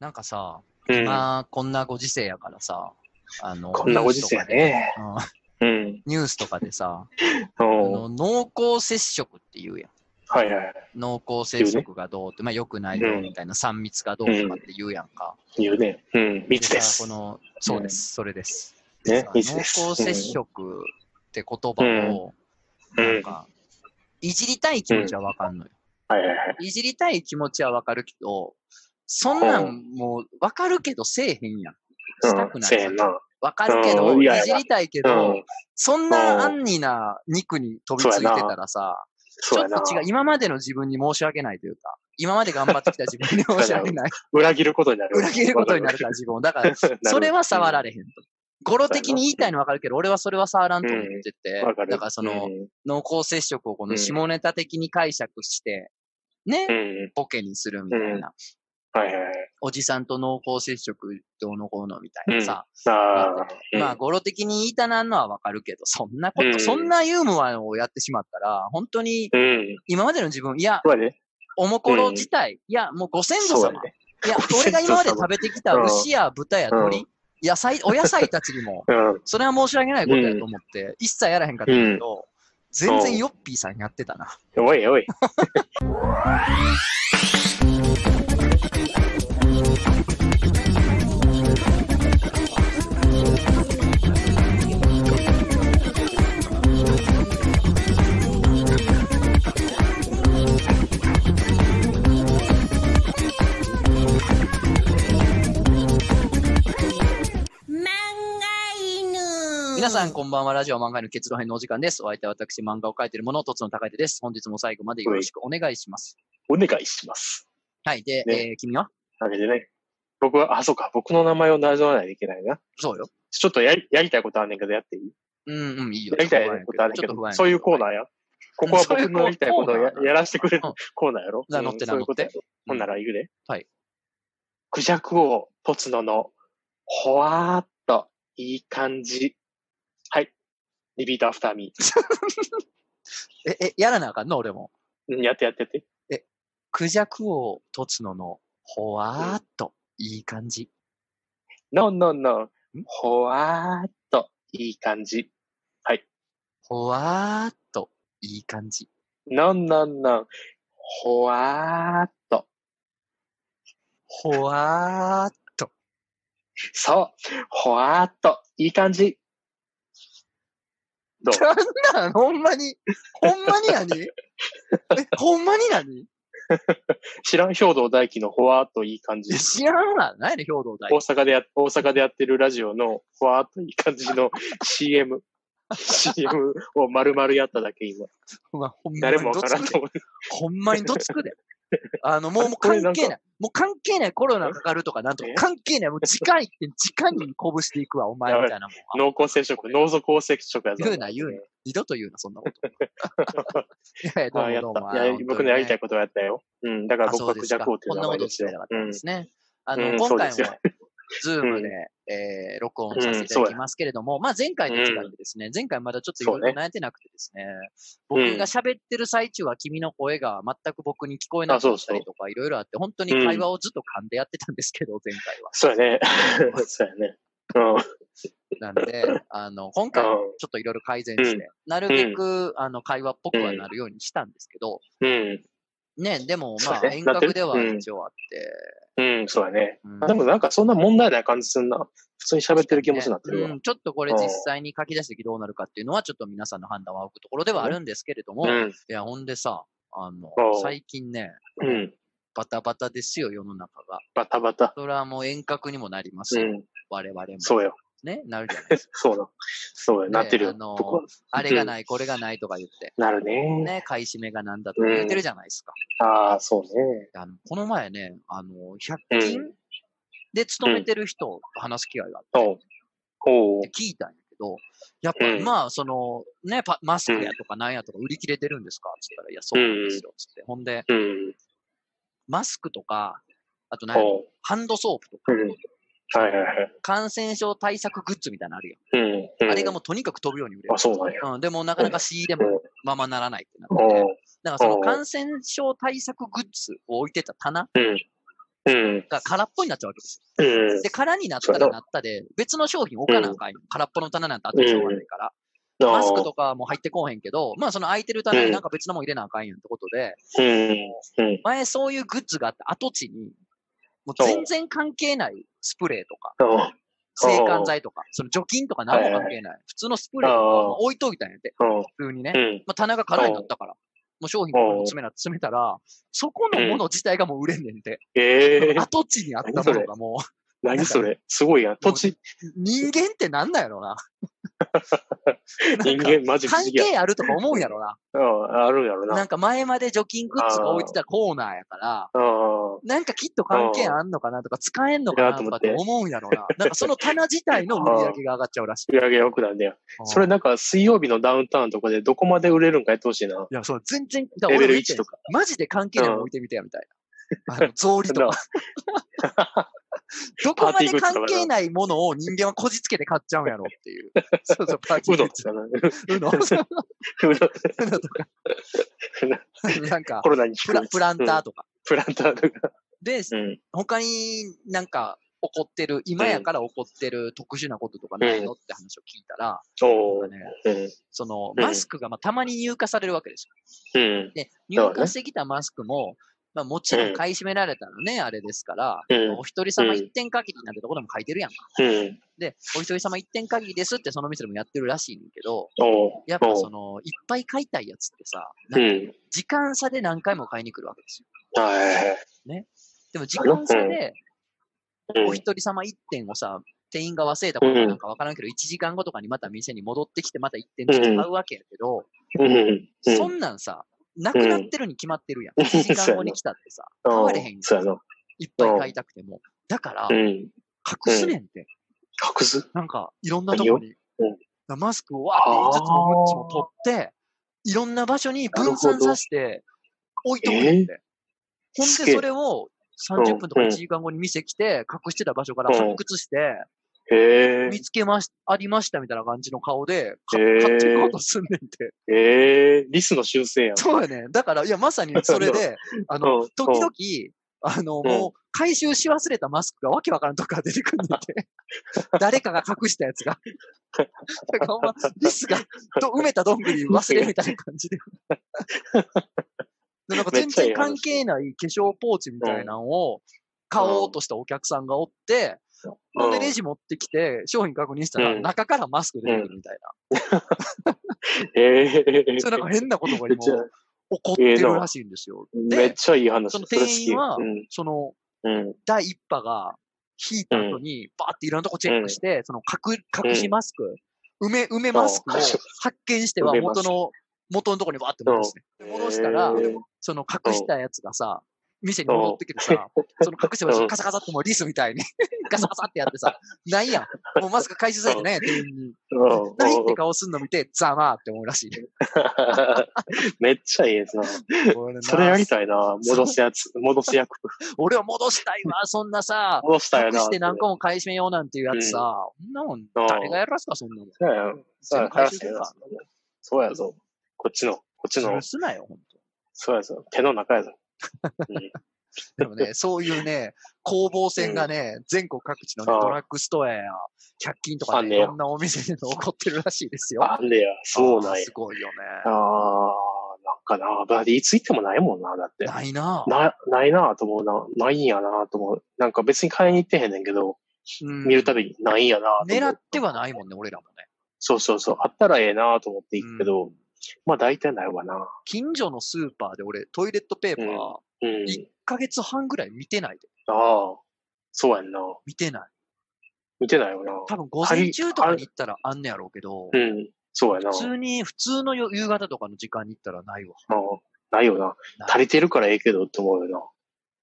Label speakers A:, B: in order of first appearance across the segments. A: なんかさ、
B: うん。
A: まあ、こんなご時世やからさ、あの、
B: こんなご時世やね。うん。
A: ニュースとかでうんニュースとかでさ、あ
B: おー
A: の濃厚接触って言うやん。
B: はいはい。
A: 濃厚接触がどうって、まあ、良くないよみたいな、3密がどうとかって言うやんか。
B: 言うね。うん。密で
A: さ
B: す
A: こ。の、そうです、それです。
B: ね
A: さ
B: 密です
A: 濃厚接触って言葉を、
B: う
A: なん
B: ん。
A: か、いじりたい気持ちはわかんのよ。
B: はいはいはい。
A: いじりたい気持ちはわかるけど、そんなんもうわかるけどせえへんやん。したく
B: うん。
A: な
B: せ
A: い
B: やな。
A: わかるけど、
B: うん
A: い
B: いや
A: じりたいけ
B: う
A: ど、
B: ん。
A: そんな安易な肉に飛びついてたらさ、ち
B: そう
A: ょ
B: や
A: っ
B: な。
A: と違う、今までの自分に申し訳ないというか、今まで頑張ってきた自分に申し訳ない。
B: 裏切ることになる。
A: 裏切ることになるから自分を。だから、
B: なる。
A: それは触ら
B: れ。
A: れへんと。語呂的に言いたいの分かるけど、俺はそれは触らんと思ってて、
B: わかる。
A: だからその
B: う、ん
A: 濃厚接触をこ
B: う
A: の
B: ん
A: 下ネタ的に解釈して、
B: う
A: ね、
B: ん。
A: ボケにするみたいな。
B: はいはいはい。
A: おじさんと濃厚接触どうのこうのみたいなさ。
B: ああ。
A: まあ、語呂的に言いたなんのは分かるけど、そんなこと、
B: うん
A: そんなユーモアをやってしまったら、本当に
B: うん。
A: 今までの自分、いや、
B: そうやね。
A: おもころ自体、いや、もうご先祖
B: そうや
A: 様。
B: ね。
A: いや、俺が今まで食べてきた
B: うん
A: 牛や豚や
B: う
A: 鳥、野菜、お野菜たちにも、
B: うん。
A: それは申し訳ないことやと思って、一切やらへんかったけど、全然ヨッピーさんやってたな。
B: おいおい。
C: 漫画犬
A: 皆さん、こんばんは。ラジオ漫画の結論編のお時間です。お相手は私、漫画を描いているもの、とつの高い手です。本日も最後までよろしくお願いします。
B: お願いします。
A: はい。で、
B: ね
A: えー君は
B: わけでね。僕は、あ、そうか。僕の名前を名乗らないといけないな。
A: そうよ。
B: ちょっとやりやりたいことあんねんけど、やっていい
A: うんうん、いいよ。
B: やりたい
A: ちょっと不安や
B: ことあんねん
A: ちょっ
B: け
A: と不
B: ど、
A: 安
B: そういうコーナ
A: ー。
B: ーや。ここは
A: そういう
B: 僕のやりたいことをや
A: コーナー
B: やらせてくれる
A: うん
B: コーナーやろ。
A: じゃあ
B: うん
A: 乗ってな
B: そういうことやろ。
A: 乗
B: ほ
A: って
B: んなら行くで。
A: はい。
B: クジャク王、ポツノの、ほわーっと、いい感じ。はい。リピートアフターミ
A: え、え、やらなあかんの俺も。
B: ー。うんやってやってやって。
A: クジャク王、とつのの、ほわーっと、いい感じ。
B: ノンノンノン。ほわーっと、いい感じ。
A: ほわーっと、いい感じ。
B: ノンノンノン。ほわーっと。
A: ほわーっ
B: そう。ほわーっと、いい感じ。どう
A: と。なんなんほんまに。ほんまに何え、ほんまに何
B: 知らん兵道大輝のほわーっといい感じ
A: え。知らんわ。何やねん、兵道大
B: 大。阪でや、大阪でやってるラジオの、ほわーっといい感じ の CM。CM を丸々やっただけ今。
A: ほんまほんまに
B: 誰もわからん
A: どつく
B: と
A: で
B: 思う。
A: ほんまにどつくで。あの、もうもう
B: これ
A: 関
B: なんか
A: 係ない。もう関係ない。コロナかかるとかなんとか
B: え
A: 関係ない。もう時間いって、時間にぶしていくわ、お前
B: やばい
A: みたいなもんは。
B: 濃厚接触、濃厚接触やぞ。
A: 言うな、言うな。二度と言うな、そんなこと。 いやいや、ど
B: ああ、や
A: う
B: っ
A: もどうも。
B: た。いや僕のやりたい
A: い
B: ことをやったよ。うん。だから僕
A: あそう
B: は
A: で
B: ク
A: す
B: ジ
A: か
B: ャク王っていう名前ですよ
A: こんなこ。
B: う
A: で
B: ん。
A: すね。あの、
B: うん
A: 今回も
B: そうですよ、
A: ズームで
B: う、
A: えー録音させていただきますけれども、まあ前回と違ってですね、前回まだちょっといろいろ
B: そう
A: 悩んでなくてですね、
B: うん
A: 僕が喋ってる最中は君の声が全く僕に聞こえなかったりとかいろいろあって、本当に会話をずっと噛んでやってたんですけど、前回は。
B: そうやね。そう やね。 うん。うん。
A: なん で、あの、今回はちょっといろいろ改善して、なるべく、あの、会話っぽくはなるようにしたんですけど、
B: うん。
A: ね、でもま
B: そ
A: あ
B: うね
A: 遠
B: なってる
A: 隔では
B: うん
A: 一応あって、
B: うん、そうやね。
A: うん
B: でもなんかそんな問題ない感じすんな。普通に喋ってる気持ちになってるわ
A: う。ん、ちょっとこれ実際に書き出した時どうなるかっていうのはちょっと皆さんの判断は置くところではあるんですけれども、
B: う
A: い
B: ん。
A: やほんでさあの
B: おう
A: 最近ね
B: うん。
A: バタバタですよ世の中が
B: バタバタ。
A: それはもう遠隔にもなります
B: う
A: よ、
B: ん。
A: 我々も
B: そうよ。
A: ねなるじゃ ないですか
B: そうだ。そうや。
A: ね
B: なってる
A: あ
B: よ。
A: のー
B: 僕は
A: あれがないこれがないとか言って
B: なるね。
A: ね買い占めがなんだとか言ってるじゃないですか、
B: ああ、そうね。
A: あのこの前ねあの100均で勤めてる人と話す機会があって、
B: おう。おう
A: って。聞いたんやけど、やっぱ
B: うん
A: まあ、その、ね、パマスクやとかなんやとか売り切れてるんですかって言ったら、いや、そうなんですよ。つって。ほんで、
B: うん。
A: マスクとか、あと何やろ
B: おう。
A: ハンドソープとか、
B: うん。はいはいはい。
A: 感染症対策グッズみたいなのあるよ。
B: うん。うん
A: あれがもうとにかく飛ぶように売れ
B: あ、そうなんや。
A: る。うん、でもなかなか仕入れもままならないってな
B: お
A: って。
B: う。
A: だからその
B: おう
A: 感染症対策グッズを置いてた棚
B: うん。うん。
A: が空っぽになっちゃうわけです
B: うん
A: よ。。で、空になったらなったで、別の商品置かなあかんよ。空っぽの棚なんてあってもしょうがないから。マスクとかも入ってこうへんけど、まあその空いてる棚になんか別のもん入れなあかんやんってことで、
B: うん。うん。
A: 前そういうグッズがあった跡地に、もう全然関係ないスプレーとか、
B: あ
A: 制汗剤とか、その除菌とか何も関係ない。普通のスプレーとか
B: あー
A: まあ置いといたんやって、
B: あ。うん。
A: 普通にね
B: う。ん。
A: まあ、棚が空になったから。もう商品とかも詰めな詰めたら、そこのもの自体がもう売れんねんて。
B: ええ ー。
A: 跡地にあったものがも
B: 何それすごいやん。土地、
A: う、人間ってなんなんやろ な。なん
B: 人
A: か
B: 間、マジ不
A: 関
B: 思議や。
A: 係あるとか思うんやろな。
B: うん、あるんやろな。
A: なんか前まで除菌グッズが置いてたコーナーやから、
B: うん。
A: なんかきっと関係あんのかなとか、使えんのかなとかって
B: いやーと
A: 思うんやろな。なんかその棚自体の売り上げが上がっちゃうらしい。
B: 売り上げ良くなんねや。 それ
A: い
B: なんか水曜日のダウンタウンとかでどこまで売れるんかやってほしいな。
A: や、そう、全然、だ
B: レ
A: 俺
B: ベ
A: も
B: ル
A: 言って
B: 1とか。
A: マジで関係ないもん置いてみてや、みたいな。 あの、草履とか。どこまで関係ないものを人間はこじつけて買っちゃうんやろって いう。そうそう、パーティ
B: う
A: ーグ
B: どん
A: ッ
B: と
A: ズ
B: か
A: うの
B: な。
A: う
B: うどん
A: のとか。 なんか
B: コ、ロナに
A: プ
B: 効
A: ラ
B: く。
A: プランターとか。
B: プランターとか。
A: で、
B: うん。
A: 他になんか起こってる、今やから起こってる特殊なこととかないのって話を聞いたら、
B: お
A: な
B: ー
A: んかね、
B: うん。
A: その、
B: うん
A: マスクがまあたまに入荷されるわけですよ。
B: うん。
A: で、
B: そうだ
A: 入
B: ね
A: 荷してきたマスクも、まあ、もちろ
B: うんん
A: 買い占められたらね、あれですから、
B: うん
A: お一人様
B: うん
A: 一点限りなんてところも書いてるやんか。
B: うん。
A: で、お一人様一点限りですってその店でもやってるらしいねんだけど、
B: おー
A: やっぱそ
B: おー
A: の、いっぱい買いたいやつってさ、
B: う
A: なんか
B: ん。
A: 時間差で何回も買いに来るわけですよ。
B: はい。
A: でも時間差で
B: うん
A: お一人様一点をさ、店員が忘れたことかなんかわからんけど、1時間後とかにまた店に戻ってきて、また一点ずつ買うわけやけど、
B: うん。うん
A: そんなんさ、なくなってるに決まってるやん。
B: うん
A: 1時間後に来たってさ、変われへん
B: うんそうやな。
A: いっぱい買いたくても。だから
B: う、ん。
A: 隠すねんって。
B: 隠す
A: なんか、いろんなとこに
B: うん、
A: なマスクをわーって5つも6つも取って、いろんな場所に分散させて、置いとくねんって。ほん
B: すげ
A: で、
B: え
A: それを30分とか
B: うん
A: 1時間後に店来て、隠してた場所から
B: うん
A: 発掘して、
B: へ
A: 見つけまし、ありましたみたいな感じの顔で、か
B: へー
A: 買っていこうとすんねんって。
B: え。へえ。リスの修正やん。
A: そうやねん。だから、いや、まさに それで、あの、
B: うん
A: 時々、あの、もう、回収し忘れたマスクがわけわからんとこから出てくんねんて。 誰かが隠したやつが。 だから、ほんま、リスが、ど埋めたどんぐり忘れるみたいな感じで。でなんか全然関係ない化粧ポーチみたいなのを買おうとしたお客さんがおって、
B: うん
A: ほんでレジ持ってきて、商品確認したら、
B: うん
A: 中からマスク出てくるみたい
B: へえ
A: な。。それなんか変なことが
B: めっ
A: 今
B: ちゃ、
A: 起こってるらしいんですよ。
B: めっ
A: で、
B: ちゃいい話。
A: その
B: れ好
A: 店
B: き
A: 員は
B: うん。
A: その、
B: うん。
A: 第一波が引いた後に、バーっていろんなとこチェックして、その隠隠しマスク、梅、梅マスクを
B: ああ
A: 発見しては
B: 梅マス
A: 元
B: ク
A: の、元のとこにバーって戻して。で戻したら
B: へ、ー
A: その隠したやつがさ、店に戻ってきてさ、その隠したやつ
B: う
A: が
B: ん
A: カサカサってもうリスみたいに、 ガサガサってやってさ、ないやん。もうマスク回収されてないやん、店員に。
B: うん
A: ないって顔すんの見て、ざまーって思うらしい。
B: めっちゃいいですな。
A: これな
B: それやりたいな。戻すやつ。戻す役。
A: 俺は戻したいわ、そんな さ、
B: 戻したよ
A: 隠
B: な。
A: して何個も買い占めようなんていうやつさ、そんなもん、誰がやらすか、そんなもん。
B: そうやよそう
A: 全
B: や
A: 部回収する
B: よ
A: か。
B: そうやぞ。こっちの、こっち
A: そ
B: の
A: れ、すなよ、本
B: そうやぞ。手の中やぞ。うん
A: 当。でも ね、そういうね、攻防戦がね、全国各地のね、
B: ああ
A: ドラッグストアや、100均とか
B: あん
A: ね、
B: ね
A: い
B: や
A: ろんなお店で起こってるらしいですよ。
B: あんねや。そうなん
A: ああ
B: や
A: す。ごいよね。
B: あー、なんかな。だっていつ行ってもないもんな。だって。
A: ないなぁ。
B: な、ないなと思うな。ないんやなと思う。なんか別に買いに行ってへんねんけど、
A: うん
B: 見るたびにないんやなと思
A: 狙
B: う。
A: ってはないもんね、俺らもね。
B: そうそうそう。あったらええなと思って行くけど、まあ大体ないわな。
A: 近所のスーパーで俺、トイレットペーパー、
B: うん
A: 1
B: うん。
A: ヶ月半ぐらい見てないで。
B: ああ、そうやんな。
A: 見てない。
B: 見てないよな。
A: 多分午前中とかに行ったらあんねやろうけど、
B: うん。そうやな。
A: 普通に、普通のよ夕方とかの時間に行ったらないわ。
B: ああないよな。
A: ない
B: 足りてるからええけどって思うよな。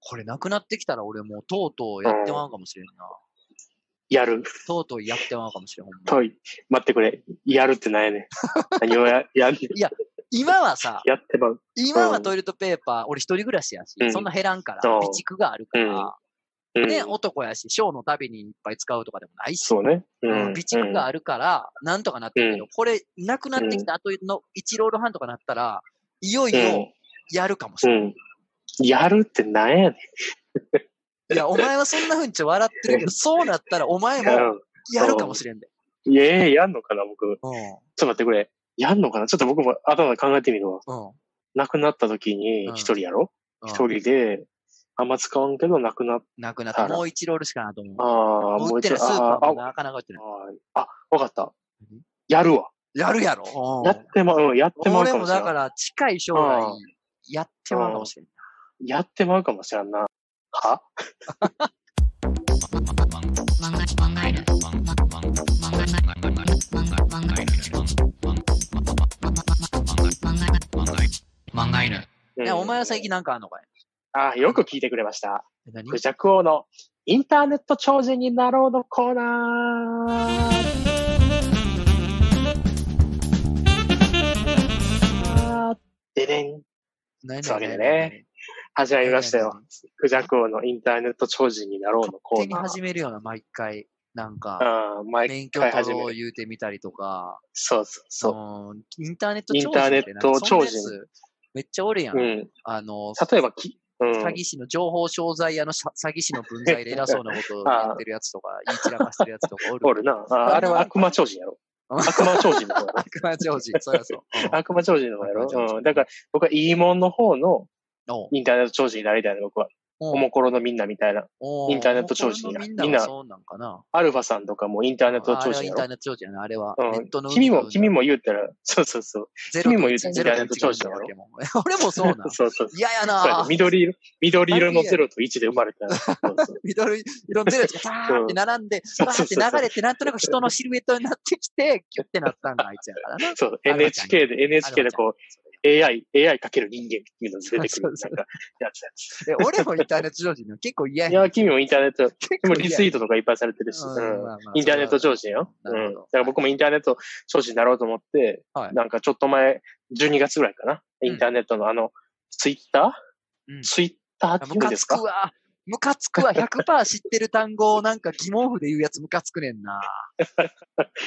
A: これなくなってきたら俺もうとうとうやってまうかもしれんな。
B: やる。
A: とうとうやってまうかもしれん。ほんま
B: とい。待ってくれ。やるってなんやねん。何をや、や、
A: 今はさ、
B: やってばう。
A: 今はトイレットペーパー、俺一人暮らしやし
B: う、ん
A: そんな減らんから、
B: そう
A: 備蓄があるから、
B: うん。
A: ね、男やし、ショーのたびにいっぱい使うとかでもないし、
B: そうね。うん。
A: うん備蓄が
B: あ
A: あるから、なんとかなってるけど、これなくなってきた後の1ロール半とかなったら、いよいよやるかもし
B: う
A: れん。
B: ん。うん。やるってなんやねん。
A: いや、お前はそんな風にちょっと笑ってるけど、そうなったらお前も
B: う
A: やるかもしれんで。
B: ん。いえ、やんのかな、僕。ちょっ
A: うん。
B: と待って、これ、やんのかなちょっと僕も頭で考えてみるわ。
A: うん。
B: 亡くなった時に、
A: うん
B: 一人やろ
A: うん
B: 一、人で、あんま使わんけど、亡くなっ
A: なくなった。もう1ロールしかなと思う。
B: ああ、
A: もう売って
B: あ
A: ない。スーパー
B: あ
A: もなかなか売ってない。
B: あ、あわかった
A: 何。
B: やるわ。
A: やるやろ。
B: やってまう、うん、やって
A: うん。
B: まう
A: 俺
B: かも
A: も
B: しれ
A: だ
B: ん。
A: から近い将来、やってまうかもしれん。
B: やってまうかもしれんな。は
D: 漫画犬。
A: いや、お前は最近なんかあんのかい
B: あ、よく聞いてくれました。
A: え何
B: クジャク王のインターネット超人になろうのコーナー。ででん。
A: 何
B: そういうわけでね。始まりましたよ。クジャク王のインターネット超人になろうのコ
A: 勝手
B: ー
A: に
B: ナー。
A: 始めるような、毎回。なんか、
B: ああ、毎
A: 免許
B: 回始
A: 取
B: め
A: ろう
B: る。
A: 言うてみたりとか、
B: そうそうそ
A: そう。インターネット
B: インターネッ
A: 超人ってなんか
B: ト超人
A: そんなやつ。めっちゃおるやん。
B: う。うん。
A: あの、
B: 例えば、き、うん。
A: 詐欺師の情報商材屋のさ詐欺師の分際で偉そうなことをやってるやつとか、言い散らかしてるやつとかおる。
B: おるな。ああれは悪魔超人や
A: うん
B: ろ。悪魔超人の 方やろ。
A: 悪魔超人、そりゃそう。うん
B: 悪魔超人の方やろ
A: 悪魔超。人
B: うん。だから、僕はいいもんの方の
A: おう
B: インターネット超人になりたいの、僕は。おもころのみんなみたいな。
A: おう
B: インターネット超人や
A: みんな
B: みんな
A: はそうなんかな。
B: アルファさんとかもインターネット超人や
A: あれはインターネ
B: ろ。
A: ット超人やな、あれは。ネット
B: う
A: の
B: ん。君も、君
A: も、
B: も言うたら、そうそうそう。
A: ゼロと
B: 君も言う
A: 一
B: て
A: ゼロ
B: インターネット超人や
A: と
B: ろ
A: 一があるわけもん 俺もそうなん。
B: そうそう。
A: 嫌や
B: そうや
A: な
B: ね緑色、緑色の0と1で生まれた。そうそう
A: 緑色のゼロとバーって並んで、
B: うん
A: バーって流れて、なんとなく人のシルエットになってきて、キュッてなったんがあいつやからな。
B: そ
A: あ
B: う、
A: るわけ
B: NHK で、NHK でこう、AI、AI かける人間みたいなの出てく
A: そう
B: る。
A: そう
B: なんか、やつや
A: え俺もインターネット超人の結構嫌
B: つ。い
A: やねん。
B: や、君もインターネット、
A: 結
B: 君も
A: 構
B: リ
A: 嫌や
B: ツイートとかいっぱいされてるし、
A: う
B: うんん
A: まあまあ
B: インターネット超人よ。う
A: なる
B: ん。
A: ほ
B: だ
A: ど
B: から僕もインターネット超人になろうと思って、
A: はい
B: なんかちょっと前、12月ぐらいかな。
A: うん
B: インターネットのあの、ツイッタ
A: う
B: ー
A: ん
B: ツイッターって
A: ム
B: 言うん
A: カ
B: で
A: つ
B: す
A: く
B: か
A: わ。ムカつくわ。100%知ってる単語をなんか疑問符で言うやつムカつくねん な。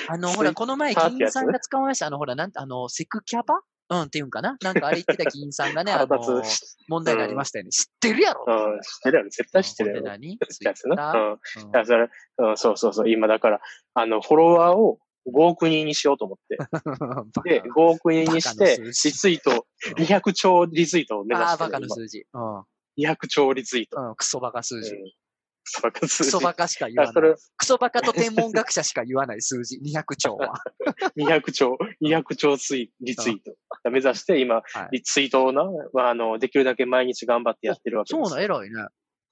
A: あの、ほら、この前、
B: ツイッターっ
A: 議
B: てや
A: 員
B: つ
A: さんが捕まえました。あの、ほら、なんて、あの、セクキャバうんっていうんかななんかあれ言ってた議員さんが ね、あ
B: 腹
A: の、
B: 立つし。
A: 問題になりましたよね。知ってるやろ
B: うん、知ってるやろ。絶対知ってるや
A: ほんで
B: ろ。
A: 何
B: ってやつな。うん。
A: ツイッ
B: だからそれ、うん、そうそうそう。今だから、あの、フォロワーを5億人にしようと思って。
A: ターバカ
B: で、5億人にし
A: バカ
B: て、
A: の
B: リ
A: 数字
B: ツイート、200兆リツイートを目指
A: ああ、
B: して
A: バカの
B: る、今
A: 数字。うん。
B: 200兆リツイート。
A: うん、クソバカ数字。
B: うんその数
A: ク
B: 字
A: ソバカしか言
B: あ
A: わ
B: そ
A: な
B: れ
A: い。クソバカと天文学者しか言わない数字。200兆 は。
B: 200兆、200兆ツイリツイート。目指して今、
A: はい
B: リツイートをな、まああの、できるだけ毎日頑張ってやってるわけ
A: そう
B: です。
A: な、偉いね。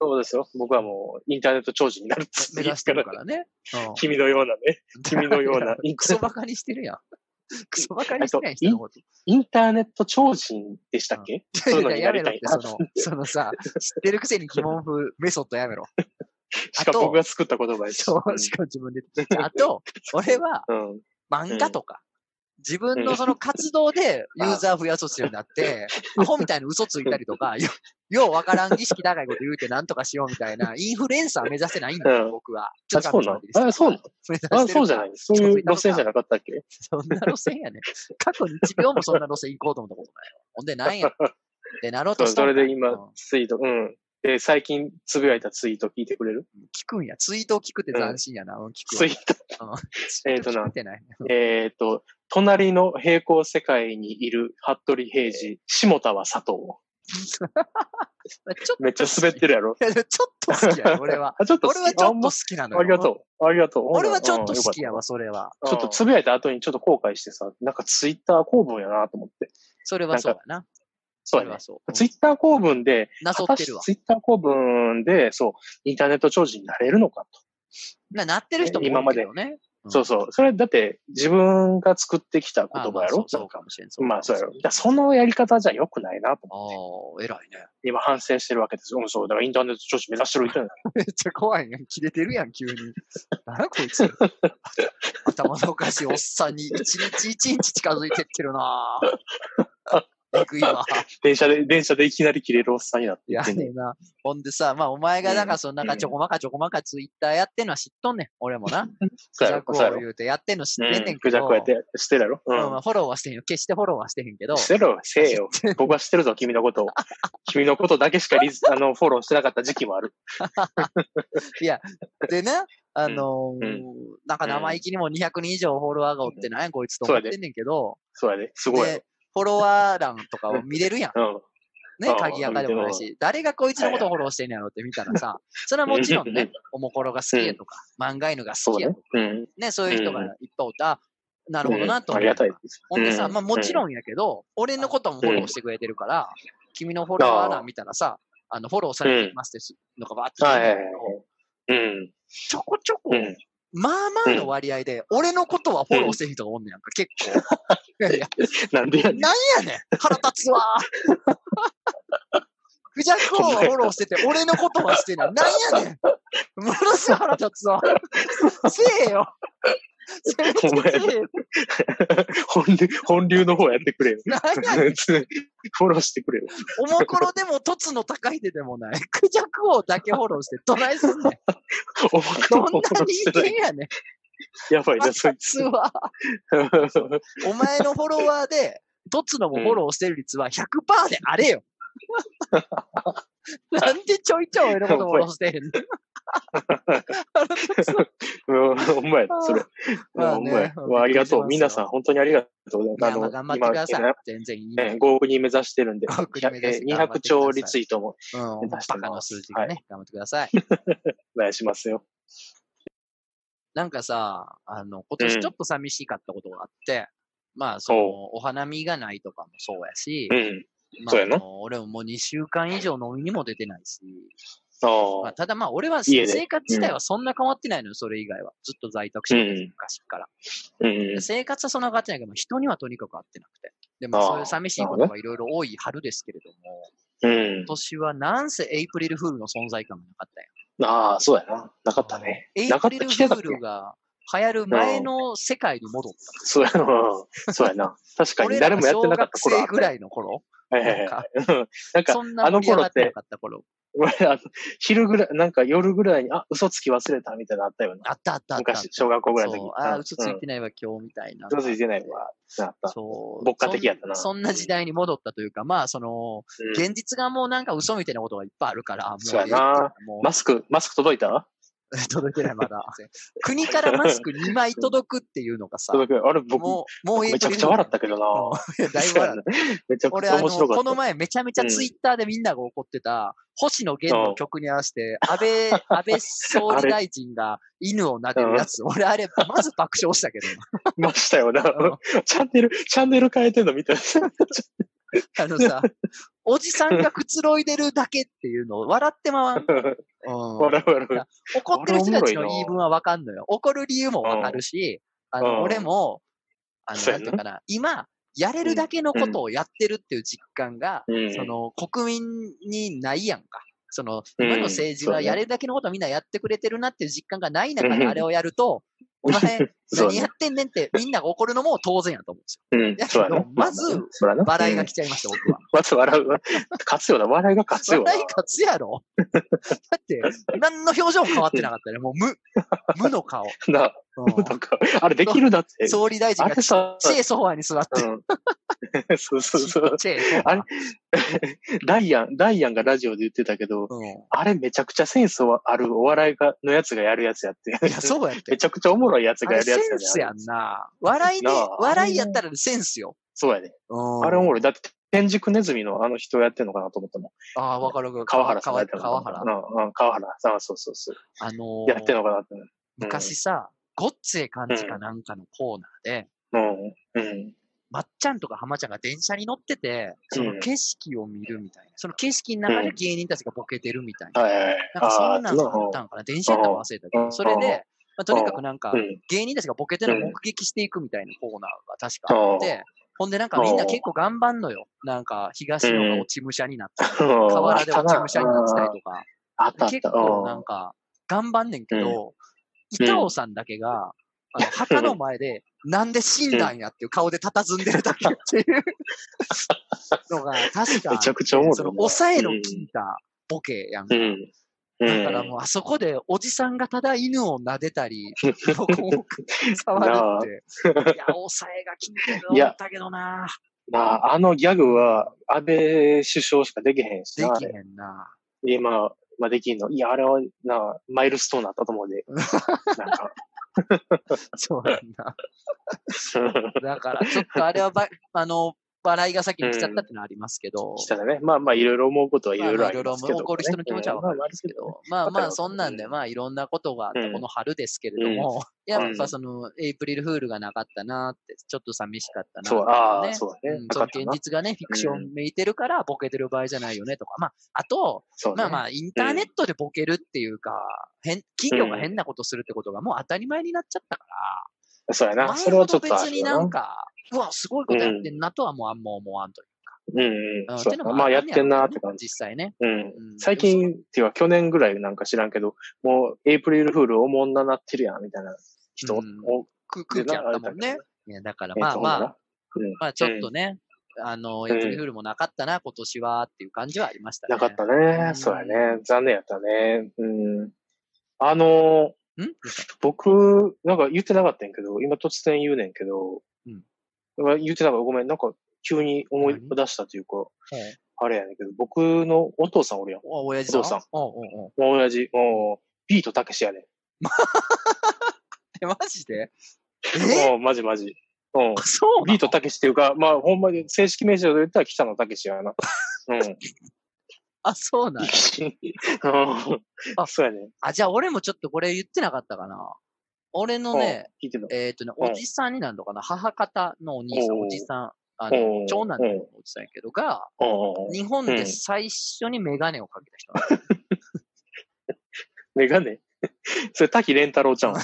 B: そうですよ。僕はもう、インターネット長寿になるって
A: 目
B: 言
A: 指
B: っ
A: してて
B: る
A: る
B: か。
A: かららね。うん
B: 君のようなね、君のような
A: クソバカにしてるやん。クソバカにしてない人のこと。
B: インターネット超人でしたっけそういうのに
A: や
B: な
A: め
B: り
A: ろ
B: た
A: っ
B: い
A: て、。その、そ のさ、知ってるくせに疑問風メソッドやめろ。
B: しか
A: あと
B: も僕が作った言葉です。
A: そう、しかも自分で。あと、俺は
B: うん。
A: 漫画とか、自分のその活動でユーザー増やそうするようになって、アホみたいに嘘ついたりと か、よようわからん儀式高いこと言うてなんとかしようみたいな、インフルエンサー目指してないんだ
B: う
A: よ、
B: ん
A: 僕は。。
B: あ、そうなのあ、そうなのあ、そうじゃないいそういう路線じゃなかったっけ
A: そんな路線やね。過去1秒もそんな路線行こうと思ったことないわ。ほんで、なんやってなろう
B: そ
A: と
B: う
A: した
B: そ
A: んだ
B: れで今
A: うん、
B: ツイート、うん。で、最近つぶやいたツイート聞いてくれる
A: 聞くんや。ツイートを聞くって斬新やな。うん、聞くわ
B: ツイート。
A: ツイート
B: えーとな
A: 聞いてない。
B: えっ、と、隣の平行世界にいる服部平次、下田は佐藤。
A: ちょっと、
B: めっちゃ滑ってるやろ。
A: いやちょっと好き やね、俺は。
B: あ、ちょっと好き、
A: 俺はちょっと好
B: あ
A: きなの
B: ありがとう。ありがとう。
A: 俺はちょっと
B: うんよか
A: 好
B: た
A: きやわ、それは。
B: ちょっとつぶやいた後にちょっと後悔してさ、なんかツイッター公文やなと思って。
A: それはそうやな。
B: そう
A: れ
B: やね
A: は。そう。
B: ツイッター公文で、
A: なぞってるわ
B: 果たし。ツイッター公文で、そう、インターネット長寿になれるのかと。
A: な、なってる人も
B: 今
A: 多
B: ま
A: い
B: で
A: けどね。うん
B: そうそう。それだって自分が作ってきた言
A: あま
B: 葉
A: あ
B: や
A: そ
B: ろ
A: うそう
B: か
A: かもしれん。
B: まあそうやろ。だから
A: ん
B: そのやり方じゃ良くないなと思って
A: ああ、偉いね。
B: 今反省してるわけです。うん、そう。だからインターネット調子目指してる 人なんだ。
A: めっちゃ怖いね。切れてるやん、急に。ならこいつ。 頭のおかしいおっさんに一日一日近づいてってるなぁえぐいわ。
B: 電車で、電車でいきなり切れるおっさんになって
A: や
B: て
A: ね
B: ね。
A: えな。ほんでさ、まあお前がなん
B: う
A: か
B: ん
A: そんなかちょこまかちょこまかツイッターやってんのは知っとんねん。俺もな。
B: そうや
A: ク
B: ろ、
A: ジ
B: そう
A: ャ
B: や
A: クを
B: ろ。
A: 言うてやってんの知ってんね
B: うんん、
A: け
B: クジ
A: ど。
B: ャクやって、してるやろ
A: う
B: う
A: んま
B: ん
A: あ。フォローはしてへんよ。決してフォローはしてへんけど。
B: してろ、せ えよ。僕はしてるぞ、君のことを。君のことだけしかリ ズあの、フォローしてなかった時期もある。
A: でね、あのー
B: うん
A: なんか生意気にも200人以上フォロワーがおってないこいつと思ってんねんけど、
B: そうやで、すごいや
A: で、フォロワー欄とかを見れるやん。
B: ろ。
A: ね
B: あ、あ
A: 鍵垢でもないし、誰がこいつのことをフォローしてんねやろって見たらさ、それはもちろん
B: う
A: ね
B: ん、
A: おもころが好きやとか、漫画犬が
B: うん。そ
A: 好
B: う
A: きや
B: ね
A: とか、。
B: うん。
A: ね、そういう人がいっぱいおって、あ、なるほどなと思
B: うんあり
A: っ
B: がた
A: た
B: い。です。
A: ほんでさ、
B: うん
A: まあもちろんやけど、俺のこともフォローしてくれてるから、君のフォロワー欄見たらさ、あの、フォローされていますってのがバーって
B: はい
A: 出
B: は
A: てく
B: いは
A: る
B: い
A: けど。
B: うん。
A: ちょこちょこ
B: う、ん。
A: まあまあの割合で、俺のことはフォローしてる人がおんねやんか、結構。いやいや、
B: なんでやねん。
A: なんやねん腹立つ わークジャク王はフォローしてて、俺のことはしてない。なんやねんものすごい腹立つわ。せえよせめて
B: お前
A: せえよ
B: 本流、本流の方やってくれよ。
A: なんやねん
B: フォローしてくれよ。
A: おもころでも、とつの高い手でもない。クジャク王だけフォローして、どないすんねん。
B: おも
A: どん
B: ろ
A: な人
B: してな
A: 間
B: い。
A: やねん。
B: やばい
A: 腹
B: な、
A: 立
B: そい
A: つ
B: つ。
A: わ。お前のフォロワーで、とつのもフォローしてる率は100%であれ よ。なんでちょいちょい俺のことフォローしてへんの
B: うん、 ほんまや、それ。
A: まあ
B: ほん
A: ね
B: まや。わありがとう。皆さん、本当にありがとう。
A: いや、まあ頑張ってください。全然いい。
B: えー5億人目指してるんで、
A: 5億人目指して
B: えー
A: 頑張ってください
B: 200兆リツイートも
A: うん、ほんま
B: 出して
A: バカの
B: ます
A: 数字がね、頑張ってください。
B: お願いしますよ。
A: なんかさ、あの、今
B: う
A: 年
B: ん
A: ちょっと寂しかったことがあって、まあ、その、お花見がないとかもそうやし
B: う、ん。
A: ま
B: そう
A: あ、
B: やな
A: あの俺ももう2週間以上飲みにも出てないし、ま
B: あ
A: あ、ただまあ、俺は
B: 家で
A: 生活自体はそんな変わってないのよ、それ以外は。ずっと在宅してる昔から。
B: あ、うん。
A: 生活はそんな変わってないけど、まあ人にはとにかく会ってなくて。でも、
B: あー
A: そういう寂しいことがいろいろ多い春ですけれども、
B: うん
A: 今。年はなんせエイプリルフールの存在感がなかったよ。
B: ああ、そうやな。なかったね。
A: エイ
B: なか
A: プリ
B: った、
A: ル
B: 来
A: フ
B: てたっ
A: ー
B: け
A: ルが流行る前の世界に戻っ
B: そうやな。うんそうやな。確
A: た。
B: かに誰もやってなかった頃
A: 俺らが小学生
B: あっ
A: ぐらいの 頃
B: た。はい
A: な
B: は
A: いんか
B: はいうんなんか、
A: そんな盛り上がってなかった頃。
B: 俺、あの昼ぐらい、なんか夜ぐらいに、あ、嘘つき忘れたみたいなのあったよな。
A: あったあったあった。
B: 昔、小学校ぐらいの時
A: そう
B: に。
A: ああ、
B: うん
A: 嘘ついてないわ、今日みたいな。
B: うん嘘ついてないわ。ってなった。
A: そう。
B: 牧歌的やったな
A: そんそんな時代に戻ったというか、まあ、その、
B: うん
A: 現実がもうなんか嘘みたいなことがいっぱいあるから、も
B: そうやな。
A: もう
B: マスク、マスク届いた
A: 届いてない、まだ。 国からマスク2枚届くっていうのが さ、
B: 届く。あれ、僕、
A: もう、もう
B: めちゃくちゃ笑ったけどな。
A: た。 いやだいぶ笑った。
B: めちゃく
A: 俺、
B: ちゃ
A: あの、
B: 面白かった。
A: この前めちゃめちゃツイッターでみんなが怒ってた、星野源の曲に合わせて、安 倍、安倍総理大臣が犬を撫でるやつ。俺、あれ、まず爆笑したけど。
B: ましたよな。チャンネル、チャンネル変えてんのみたいな。
A: あのさ、おじさんがくつろいでるだけっていうのを笑ってま わん。うん
B: 笑う笑
A: いうや。怒ってる人たちの言い分はわかんのよ。怒る理由もわかるし、あ
B: うん
A: の、俺も、あの、
B: そう
A: な
B: や
A: ん
B: な
A: ていうかな、今、やれるだけのことをやってるっていう実感が、
B: うん
A: その、国民にないやんか。その、
B: うん
A: 今の政治
B: そう
A: は
B: ね
A: やれるだけのことをみんなやってくれてるなっていう実感がない中で
B: うん
A: あれをやると、 お前、
B: そう
A: 何や
B: ね
A: っ。てんねんってみんなが怒るのも当然やと思うんです
B: うん。そうや
A: いや
B: な
A: でもまず、
B: そうやな
A: よ。笑いが
B: うん
A: 来ちゃいました、僕は。
B: まず笑う。勝つよな。笑いが勝つよな
A: 笑い。勝つやろだって、何の表情も変わってなかったね。もう 無、無の顔。
B: な、
A: うん
B: なんか、あれできるなって。
A: 総理大臣
B: あ
A: が
B: れ
A: ち
B: さ、
A: っちゃいソファーに座って、
B: うん。 そうそう
A: ち
B: そう
A: っ。ちゃいソファー
B: あれ、ダイアン、ダイアンがラジオで言ってたけど、
A: う
B: あれめちゃくちゃセンスあるお笑いがのやつがやるやつやって。
A: ん。いや、そうやっ
B: め
A: て。
B: ちゃくちゃおもろいやつ
A: あ
B: がや
A: れセ
B: る
A: ン
B: やつやね
A: スやんな。笑いで、
B: なあ
A: 笑いやったらセンスよ。
B: そうやね。
A: うん
B: あれおもろい。だって、天竺ネズミのあの人やってんのかなと思ったもん。
A: ああ、わかるわかる。
B: 川原さんやってんのか
A: 川
B: な
A: 原。
B: うん、うん、川原さん、そうそうそう。
A: あのー
B: やってんのかなって。
A: 昔さ、ごっつえ感じかなんかのコーナーで、
B: うん、うん。
A: まっちゃんとか浜ちゃんが電車に乗ってて、その景色を見るみたいな。その景色の中で芸人たちがボケてるみたいな。
B: はいはいはい。
A: なんかそんなんが
B: あ
A: あったんかな。電車やったか忘れたけ
B: う
A: ど、
B: ん
A: それ
B: うん
A: で、まあ、とにかくなんか
B: ーう、ん。
A: 芸人たちがボケてるのを目撃していくみたいなコーナーが確かあって、ほんでなんかみんな結構頑張んのよ。なんか東野が落ち武者になったり、河
B: 河
A: 原で落ち武者になってたりとか。
B: あったあった。
A: 結構なんか、頑張んねんけど、板尾さんだけが、あの、墓の前で、なんで死んだんやっていう顔で佇んでるだけっていう のが、確か
B: めちゃくちゃ思う。
A: その抑えの効いたボケやん
B: う
A: か。
B: ん。うん。
A: だからもうあそこでおじさんがただ犬を撫でた り、ロコを触るって。いや、抑えが効いてると思ったけどな。
B: まあ、あのギャグは、安倍首相しかできへんし
A: で
B: な。
A: きへんな。
B: 今、まあできんの。いや、あれは、な、マイルストーンだったと思う んで。なんか。
A: そうなんだ。だから、ちょっとあれはば、あの、笑いが先に来ちゃったってのはありますけど。
B: したらね。まあまあ、いろいろ思うことはいろいろありますけど、ね。
A: 怒る人の気持ちはわかるんですけ
B: うん。
A: ど、まあ
B: わか
A: ま
B: る
A: あ、そんなんで、まあ、いろんなことがあった
B: うん
A: この春ですけれども、やっぱその、エイプリルフールがなかったなって、ちょっと寂しかったな
B: そう、ああ、
A: ね
B: そうだ
A: う
B: ね
A: ん。
B: な
A: その
B: かった
A: 現
B: な
A: 実がね、フィクションめいてるから、ボケてる場合じゃないよねとか、まあ、あと、
B: そうね
A: まあまあ、インターネットでボケるっていうか、変企業が変なことするってことがもう当たり前になっちゃったか
B: そうや
A: ら、
B: な。
A: 前
B: それは
A: ほ
B: ちょ
A: ど
B: っとあ
A: 別
B: る
A: に
B: よ
A: な。
B: なん
A: か、うわ、すごいことやってんなとはもうあんま思わんという
B: うんう
A: うん
B: ん。
A: っ
B: そ
A: ていう
B: う
A: の
B: やな。
A: も
B: まあ、やっ
A: る
B: てんな
A: や
B: っ
A: ろ
B: て
A: う
B: 感
A: ね
B: じ。
A: 実際ね。
B: うん。
A: うん
B: 最近っていうか去年ぐらいなんか知らんけど、もうエイプリルフールおもんななってるやんみたいな人
A: うん
B: 多
A: 空
B: くて
A: 空気
B: な
A: あったもんね。。いやだからまあまあ、まあちょっとね、あの、エイプリルフールもなかったな、今年はっていう感じはありましたね。
B: なかった
A: う
B: ね。
A: ん
B: そうやね。残念やったね。うん。あのー
A: ん
B: 僕、なんか言ってなかったんやけど、今突然言うねんけど、
A: うん
B: 言ってなかった。ごめん、なんか急に思い出したというか、
A: はい
B: あれやねんけど、僕のお父さんおるやん。
A: お、親父さん。
B: お父さん
A: おうおうおう
B: もう親父、もう、ビートたけしやねん。
A: え、マジでえ
B: うん、マジマジ。うん。
A: そうなの
B: ビートたけしっていうか、まあ、ほんまに正式名称で言ったら北野たけしや な。うん。
A: あ、そうなの
B: あ、 そうやね。
A: あ、じゃあ俺もちょっとこれ言ってなかったかな。俺のね、
B: 聞いてた。
A: えっ、とね、
B: うん
A: おじさんになるのかな、母方のお兄さん、
B: おう
A: おじさん、あ
B: おう
A: の、長男のおじさんやけどが、
B: うんうんうん
A: 日本
B: う
A: で
B: ん
A: 最初にメガネをかけた人なの。
B: メガネ それ、滝蓮太郎ちゃうん。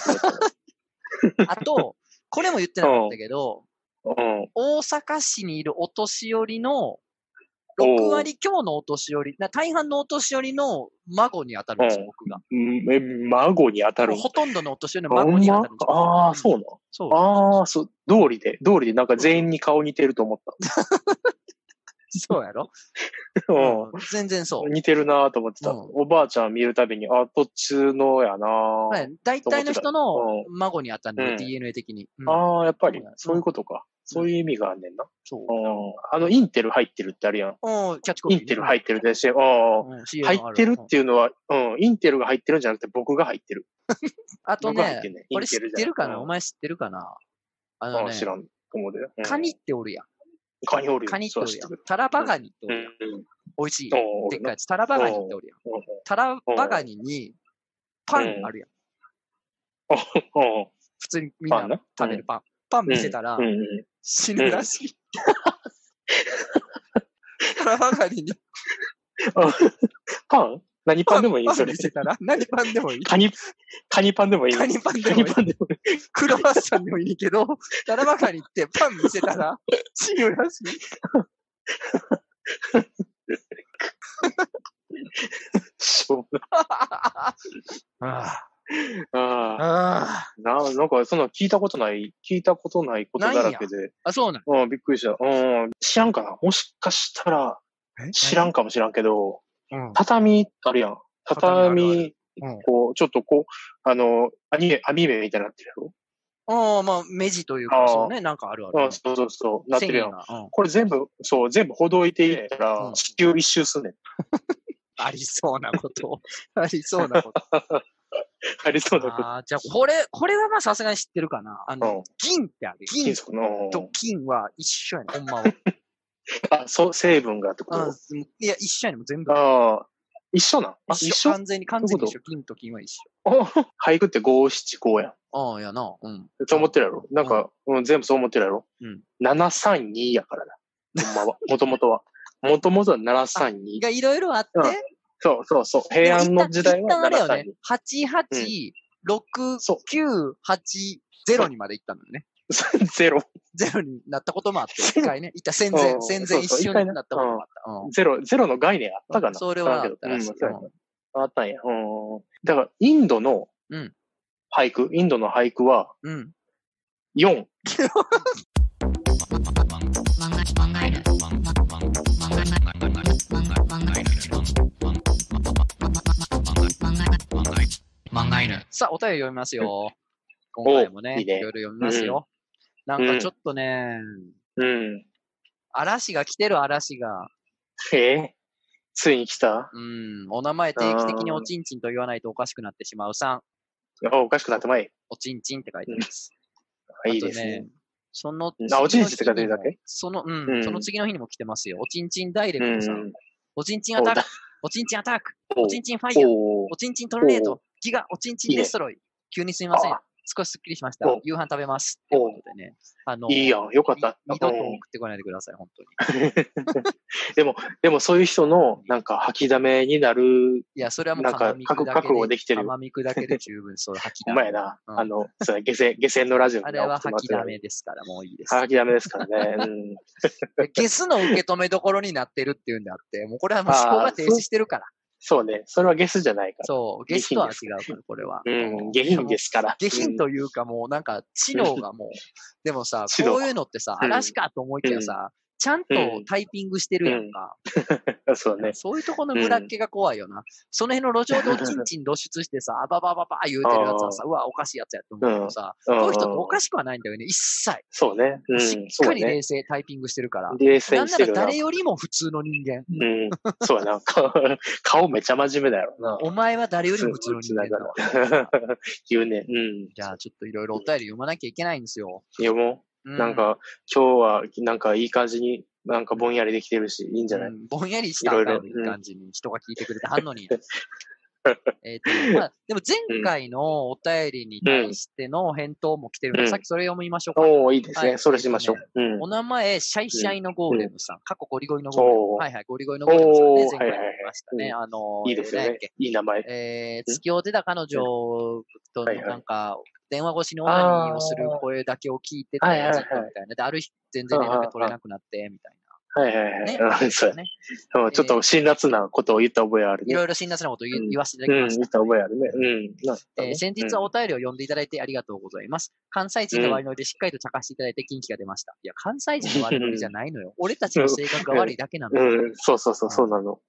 A: あと、これも言ってなかったけど、
B: うん。
A: 大阪市にいるお年寄りの、6割強のお年寄り、な大半のお年寄りの孫に当たるんですよ、
B: うん
A: 僕が。
B: うんえ、孫に当たる
A: も
B: ん
A: うほとんどのお年寄りの孫に当たるんです。
B: ほんまああ、そうう
A: そう
B: な。ああ、そう、道理で、道理でなんか全員に顔似てると思っ
A: そうやろ、
B: た。
A: うん全然そう
B: う。ん。似てるなと思ってた。
A: うん
B: おばあちゃん見るたびに、あ、どっちのやな
A: はい、大体の人の
B: う
A: 孫に当たるのよ、
B: うん
A: DNA 的に。うん
B: ああ、やっぱ
A: そ
B: り
A: うなん、
B: そういうことか。そういう意味があんねんな。
A: そう
B: う。んあの、インテル入ってるってあるやん。
A: うん、キャッチコピ
B: イ
A: ーね。
B: ンテル入ってるでし、うん
A: うん CM
B: 入ってる
A: あ
B: っていうのは、うん、インテルが入ってるんじゃなくて僕が入ってる。
A: あと
B: 僕が入
A: ね
B: って、んねん。
A: これ
B: イン
A: 知
B: テ
A: っ
B: ルじゃ
A: てるかな
B: うん
A: お前知ってるかなあの
B: うん
A: ね
B: 知、らん。と思うで。うん
A: カニっておるやん。
B: カニおるよ
A: カニっておる
B: そう知
A: やん
B: ってる。
A: タラバガニってお
B: う
A: る
B: ん
A: やん。。美味しい。
B: うん
A: でっ
B: おる
A: かい
B: な
A: やつ。タラバガニっておるやん。
B: うん
A: タラバガニにパンあるやん。
B: うんうん
A: 普通にみん
B: パン
A: な
B: な
A: 食べるパン。パン見せたら
B: うんうん
A: 死ぬらしい。タラバガニに
B: パン何パンでもいい
A: パ
B: そ
A: ン
B: れ
A: 見。せたら何パンでもいい。
B: カニ、カニパンでもいい。
A: カニパンでもいい
B: カニパンでもいい。
A: クロワッサンでもいいけど、タラバガニってパン見せたら死ぬらしい。
B: しょう
A: あ
B: がないあ
A: あ。
B: ーななんか、そんな聞いたことない、聞いたことないことだらけで。
A: あ、そうなん。
B: うん、びっくりした。うん、知らんかなもしかしたら、知らんかもしらんけど、
A: うん。
B: 畳あるやん。
A: 畳あるあ
B: 畳
A: うん、
B: こう、ちょっとこう、あの、アニメ、アニメみたいになってる
A: ああ、まあ、目地というか、
B: あー
A: そうね、なんかあるあ
B: やろ。う
A: る
B: ん、。そうそうそう、なってるやん。
A: 繊維がうん
B: これ全部、そう、全部ほどいていった
A: う
B: ら
A: ん、
B: 地球一周すんねん。
A: ありそうなこと。ありそうなこと。
B: あ りそうだけど。
A: ああ、じゃあ、これ、これはまあ、さすがに知ってるかな。あ
B: う
A: の
B: ん、
A: 銀ってある。銀
B: 金属の、
A: と金は一緒やねん、ほんまは。
B: あ、そう、成分がって こ
A: うん
B: と
A: いや、一緒やねん、もう全部。
B: ああ、一緒なんあ、一緒
A: 完全に、完全に一緒。銀と金は一
B: お俳句って五七五やん。
A: 緒。ああ、やな。うん。
B: そう思ってるやろなんか、うん、全部そう思ってるやろ
A: うん
B: 七三二やからな。ほんまは。もともとは。もともとは七三二
A: がいろいろあって、
B: うんそうそうそう。平安の時代は
A: でも一旦一旦あれよ
B: 732
A: ね。。88、6、
B: そ
A: 9、8、0にまで行ったのね。
B: う。ゼロ。
A: ゼロになったこともあっ て、一回ね、いた戦前
B: う、ん
A: 戦前一
B: そうそう
A: 瞬
B: 一回
A: に
B: ね
A: なったこともあった。うん
B: ゼロ、ゼロの概念あったかな
A: それはあった
B: う
A: ら
B: ん
A: しい
B: そうやなあったんや。うん。だから、インドの
A: うん
B: 俳句、インドの俳句は、
A: うん。
B: 4。
A: さあ、お便り読みますよ。今回もね、
B: いい
A: い
B: ね
A: ろいろ読みますよ。なんかちょっとね、
B: うん。
A: 嵐が来てる嵐が。
B: えーついに来た
A: うん、お名前定期的におちんちんと言わないとおかしくなってしまうさん。
B: あおかしくなってまい。
A: おちんちんって書いてます。
B: あいいですね。
A: その
B: うん、あおちんちんって書いてるだけ
A: その、う、
B: うんん
A: その次の日にも来てますよ。おちんちんダイレ
B: う
A: クトさん。
B: ん。
A: おちんちんア
B: お
A: タッ
B: だ
A: ク、おちんちんアタック、
B: お
A: おちんちんファイヤー、
B: お
A: おちんちんトルネー
B: お
A: ド、ギガ、おちんちんデストロイ。急にすみません
B: あ。
A: 少しすっきりしました
B: お。
A: 夕飯食べます。という
B: お
A: ことでね。あの、
B: いいやん。よかった。
A: み二度と
B: う
A: 送
B: ん
A: ってこないでください、本当に。
B: でも、でもそういう人の、なんか、吐きだめになる、
A: いや、それはもう
B: なんか
A: 甘みくだけで、
B: 覚悟できてる
A: 甘みくだけで十分、そう、吐き
B: ほ
A: だ
B: んまや
A: め。
B: な。
A: うん
B: あの、そうや下船、下船のラジオに
A: あれは吐
B: 送ってもらっ
A: き
B: てる
A: だめですから、もういいです。
B: 吐きだめですからね。うん。
A: 消すの受け止めどころになってるっていうんであって、もうこれはもう思考が停止してるから。
B: そうね。それはゲスじゃないか
A: そう、
B: 下
A: ゲスと
B: 品
A: は
B: です
A: 違うから、これは。
B: ら。うん。下品ですから。
A: 下品というか、もうなんか、知能がもう、でもさ、
B: 知能
A: こういうのってさ、
B: うん
A: 嵐かと思いきやさ、ちゃんとタイピングしてるやんか。
B: うん。そうね。
A: そういうとこのムラっ気が怖いよな。その辺の路上でおちんちん露出してさ、あばばばば言うてるやつはさ、うわ、おかしいやつやと思うけどさ、
B: うん
A: こういう人っておかしくはないんだよね、一切。
B: そうね。うん。
A: しっ
B: そ
A: か
B: う
A: り
B: ね。
A: 冷静タイピングしてるから。
B: 冷静
A: な
B: に
A: んな
B: して
A: ら
B: るな。
A: 誰よりも普通の人間。
B: うん。そうやな。 顔顔めちゃ真面目だよ な。
A: お前は誰よりも普通の人間だわ。
B: 言うね。うん。
A: じゃあ、ちょっといろいろお便り読まなきゃいけないんですよ。
B: 読も
A: う
B: う。なん、か、今日は、なんかいい感じに、なんかぼんやりできてるし、いいんじゃない、
A: うんぼんやりした
B: いろいろ
A: お便りの感じに人が聞いてくれてはんのに。 えっと、まあ、でも前回のお便りに対しての返答も来てるの
B: う
A: で、
B: ん
A: さっきそれ読みましょうか。
B: おおいいですね、
A: はい
B: それしましょう。うん。
A: お名前、シャイシャイのゴーレムさん。過去ゴリゴリのゴーレム。
B: おー
A: はいはい、ゴリゴリのゴーレムさんね
B: おー。
A: 前回もやりました
B: はい
A: ね。
B: は
A: あのー、
B: いいですよ
A: 何だ
B: ね
A: っけ。
B: いい名前。
A: えー、
B: ん
A: 付き合うてた彼女と
B: は
A: の
B: いはい
A: なんか、電話越しにオナニーをする声だけを聞いてて、
B: はいはいはい
A: ずっとみたいな。で、ある日全然連絡取れなくなって、みたい
B: はいはいはい。
A: な。
B: う
A: ね。
B: んそうや
A: ね
B: うんちょっと辛辣なことを言った覚えある
A: い
B: ね。
A: ろいろ辛辣なこと言,、
B: うん
A: 言わせていただき
B: うん、
A: まし。
B: 言ったた覚えあるね。うん。なんかね
A: えー先日はお便りを読んでいただいてありがとうございます。関西人の割り乗りでしっかりと茶化していただいて元気が出ました。いや、関西人の割り乗りじゃない のよ。俺たちの性格が悪いだけなのよ。
B: うん、そうそうそう、そうなの。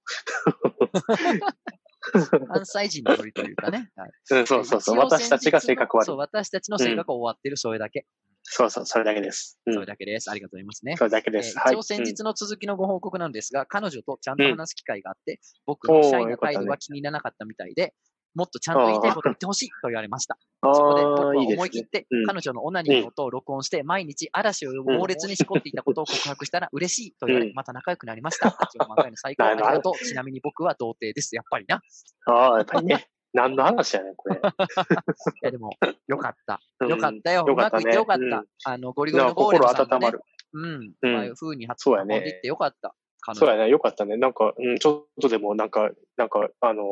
A: 関西人のノリというか ね。はい
B: うん、そうそうそう。
A: 一応先日
B: 私たちが性格悪
A: そう、
B: い。
A: 私たちの性格が終わってる、それだけ。
B: そうそう、それだけです。うん
A: それだけです。ありがとうございますね。
B: それだけ
A: えー
B: です。はい。
A: 一応先
B: うん
A: 日の続きのご報告なんですが、彼女とちゃんと
B: うん
A: 話す機会があって、僕の社員
B: おー
A: の
B: よかっ
A: 態
B: たね
A: 度が気にならなかったみたいで、もっとちゃんと言いたいこと言ってほしいと言われました。
B: あ
A: そこで僕
B: あ
A: は
B: ー、いいで
A: 思い
B: す
A: 切っ
B: ね。
A: て
B: うん
A: 彼女のオナニーの音を録音して、毎日嵐を呼ぶ猛烈にしこっていたことを告白したら嬉しいと言われ
B: う、ん
A: また仲良くなりま した。八王満開の最高あ
B: な
A: り
B: るほど
A: がとう。ちなみに僕は童貞です。やっぱりな。い
B: ああ、やっぱりね。何の話やね ん、これ。
A: やでも、よかった。
B: うん
A: よかったよ。う
B: よか
A: ま
B: った
A: くい
B: ね
A: ってよかっ
B: うん
A: た。あの、ゴリゴリ
B: な
A: の
B: んか
A: ゴーレム
B: 心
A: さんも
B: 温
A: ね
B: まる。
A: うん。
B: うん
A: ああいう風に
B: そうや
A: 運ん
B: ね
A: でいってよかった。彼
B: そう
A: 女
B: やね、よかったね。なんか、うん、ちょっとでも、なんか、なんか、あの、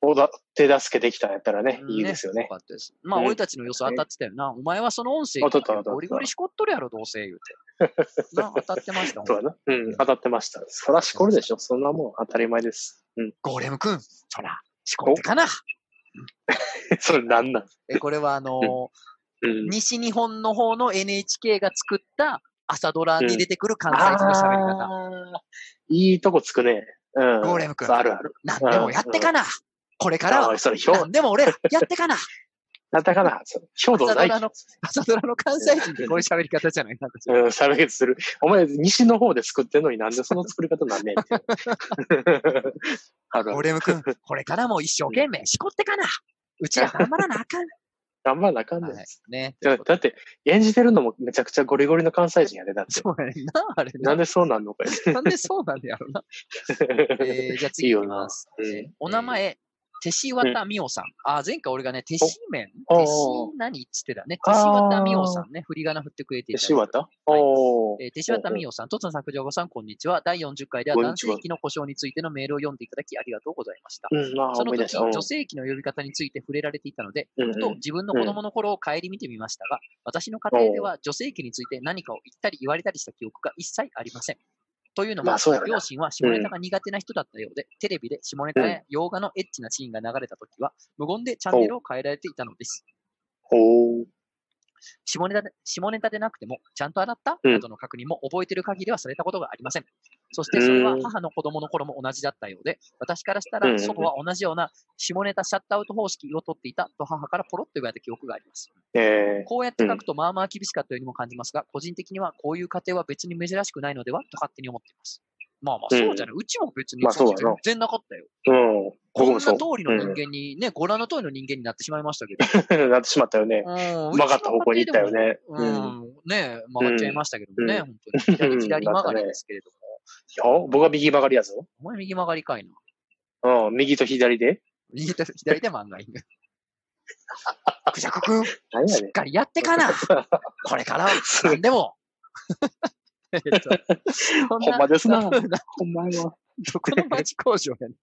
B: おだ手助けできたんやったらね、
A: うん
B: いいですよ
A: よ
B: ね。
A: かったです。まあ、
B: うん
A: 俺たちの予想当たってたよな。お前はその音声
B: 当たった
A: 聞いて
B: 当たった
A: ゴリゴリしこっとるやろ、どうせ言うて。 な、当たってましたもん
B: そうやな。うん、当たってました。そらしこるでしょ。そんなもん当たり前です。うん。
A: ゴーレムくん、そら、しこってかな。
B: それなんなん
A: え、これはあのー
B: うん。
A: 西日本の方の NHK が作った朝ドラに出てくる関西人の喋り方。
B: あーいいとこつくね。うん。
A: ゴーレム君
B: そうあるある。
A: なんでもやってかな。これから
B: あ
A: は
B: ー、。それ、ひょう
A: な、んでも俺らやってか な。
B: なんだかな。そう兵道な
A: 朝
B: い。
A: ドラの朝ドラの関西人ってこういう喋り方じゃないなんか
B: うん、差別する。お前、西の方で作ってんのになんでその作り方なんねんって いう。あるあ
A: ゴー
B: る。
A: レムくん、これからも一生懸命しこってかな。うちら頑張らなあかん。
B: 頑張らなあかんねん。
A: はい。ね。
B: だだって、演じてるのもめちゃくちゃゴリゴリの関西人やで、だって。
A: そうやねんな、あれ
B: な
A: な。
B: んでそうなんのかよ。
A: なんでそうなんやろな。 えー、じゃあ次いきます。
B: いいよな
A: えー
B: うん
A: お名前、手しわたみおさん。あ、前回俺がね、手し麺、
B: お
A: 手し何っつってたね。手しわたみおさんね、振り仮名振ってくれていただいて
B: 石渡おー。
A: えー、手島民夫さん、とつの削除後さん、こんにちは。第40回では
B: こん
A: 男
B: にちは
A: 性器の故障についてのメールを読んでいただきありがとうございました。
B: うん、まあ、
A: その
B: 思い出し
A: 時、
B: た。うん
A: 女性器の呼び方について触れられていたので、
B: うん
A: ふと
B: うん
A: 自分の子供の頃を顧みてみましたが、私の家庭では女性器について何かを言ったり言われたりした記憶が一切ありません。というのも、
B: まあそうやろな
A: 両親は下ネタが苦手な人だったようで、テレビで下ネタや洋画のエッチなシーンが流れた時は、無言でチャンネルを変えられていたのです。
B: おー。
A: 下ネタで、下ネタでなくても、ちゃんと洗った
B: うん
A: などの確認も覚えている限りはされたことがありません。そしてそれは
B: うん
A: 母の子供の頃も同じだったようで、私からしたら
B: うん
A: 祖母は同じような下ネタシャットアウト方式を取っていたと母からポロッと言われた記憶があります。
B: え
A: こうやって書くとまあまあ厳しかったようにも感じますが、個人的にはこういう家庭は別に珍しくないのではと勝手に思っています。まあまあそうじゃない。うちも別に
B: まあ
A: そんな
B: そうだな
A: 全然なかったよ。
B: ー、うん。
A: こん
B: 僕も
A: な通
B: そう。
A: りの人間に、ね、ご覧の通りの人間になってしまいましたけ ど。
B: なってしまったよね。
A: うん
B: 曲がった方向に行ったよ。ね。
A: うちの家庭でもう
B: い
A: ん、ねえ曲がっちゃいましたけどもね、
B: うん
A: 本当に。
B: うん
A: 左左曲が
B: だった
A: り
B: ね
A: ですけれど も。
B: や、僕は右曲がりやぞ。
A: お前右曲がりかいな。
B: うん、右と左で。
A: 右と左で漫画犬。クジャクくん、し
B: 何やね
A: っかりやってかな。 これからは、何でも。 えっ とそ
B: ほんまですな
A: タブーな
B: ほんまよ。
A: どこの町工場やねん。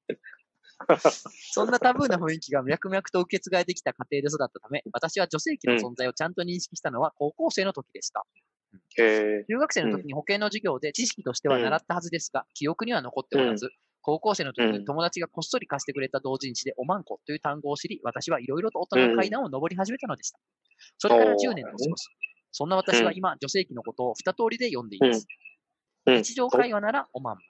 A: そんなタブーな雰囲気が脈々と受け継がれてきた家庭で育ったため、私は女性器の存在をちゃんと認識したのは高校生の時でした。
B: え
A: 中学生の時に保険の授業で知識としては習ったはずですが、記憶には残っておらず、高校生の時
B: う
A: に
B: ん
A: 友達がこっそり貸してくれた同人誌でおまんこという単語を知り、私はいろいろと大人の階段を上り始めたのでした。それから
B: おー
A: 10年と過ごし、そんな私は今、女性器のことを二通りで呼んでいます。
B: うんうん
A: 日常会話ならおまんま、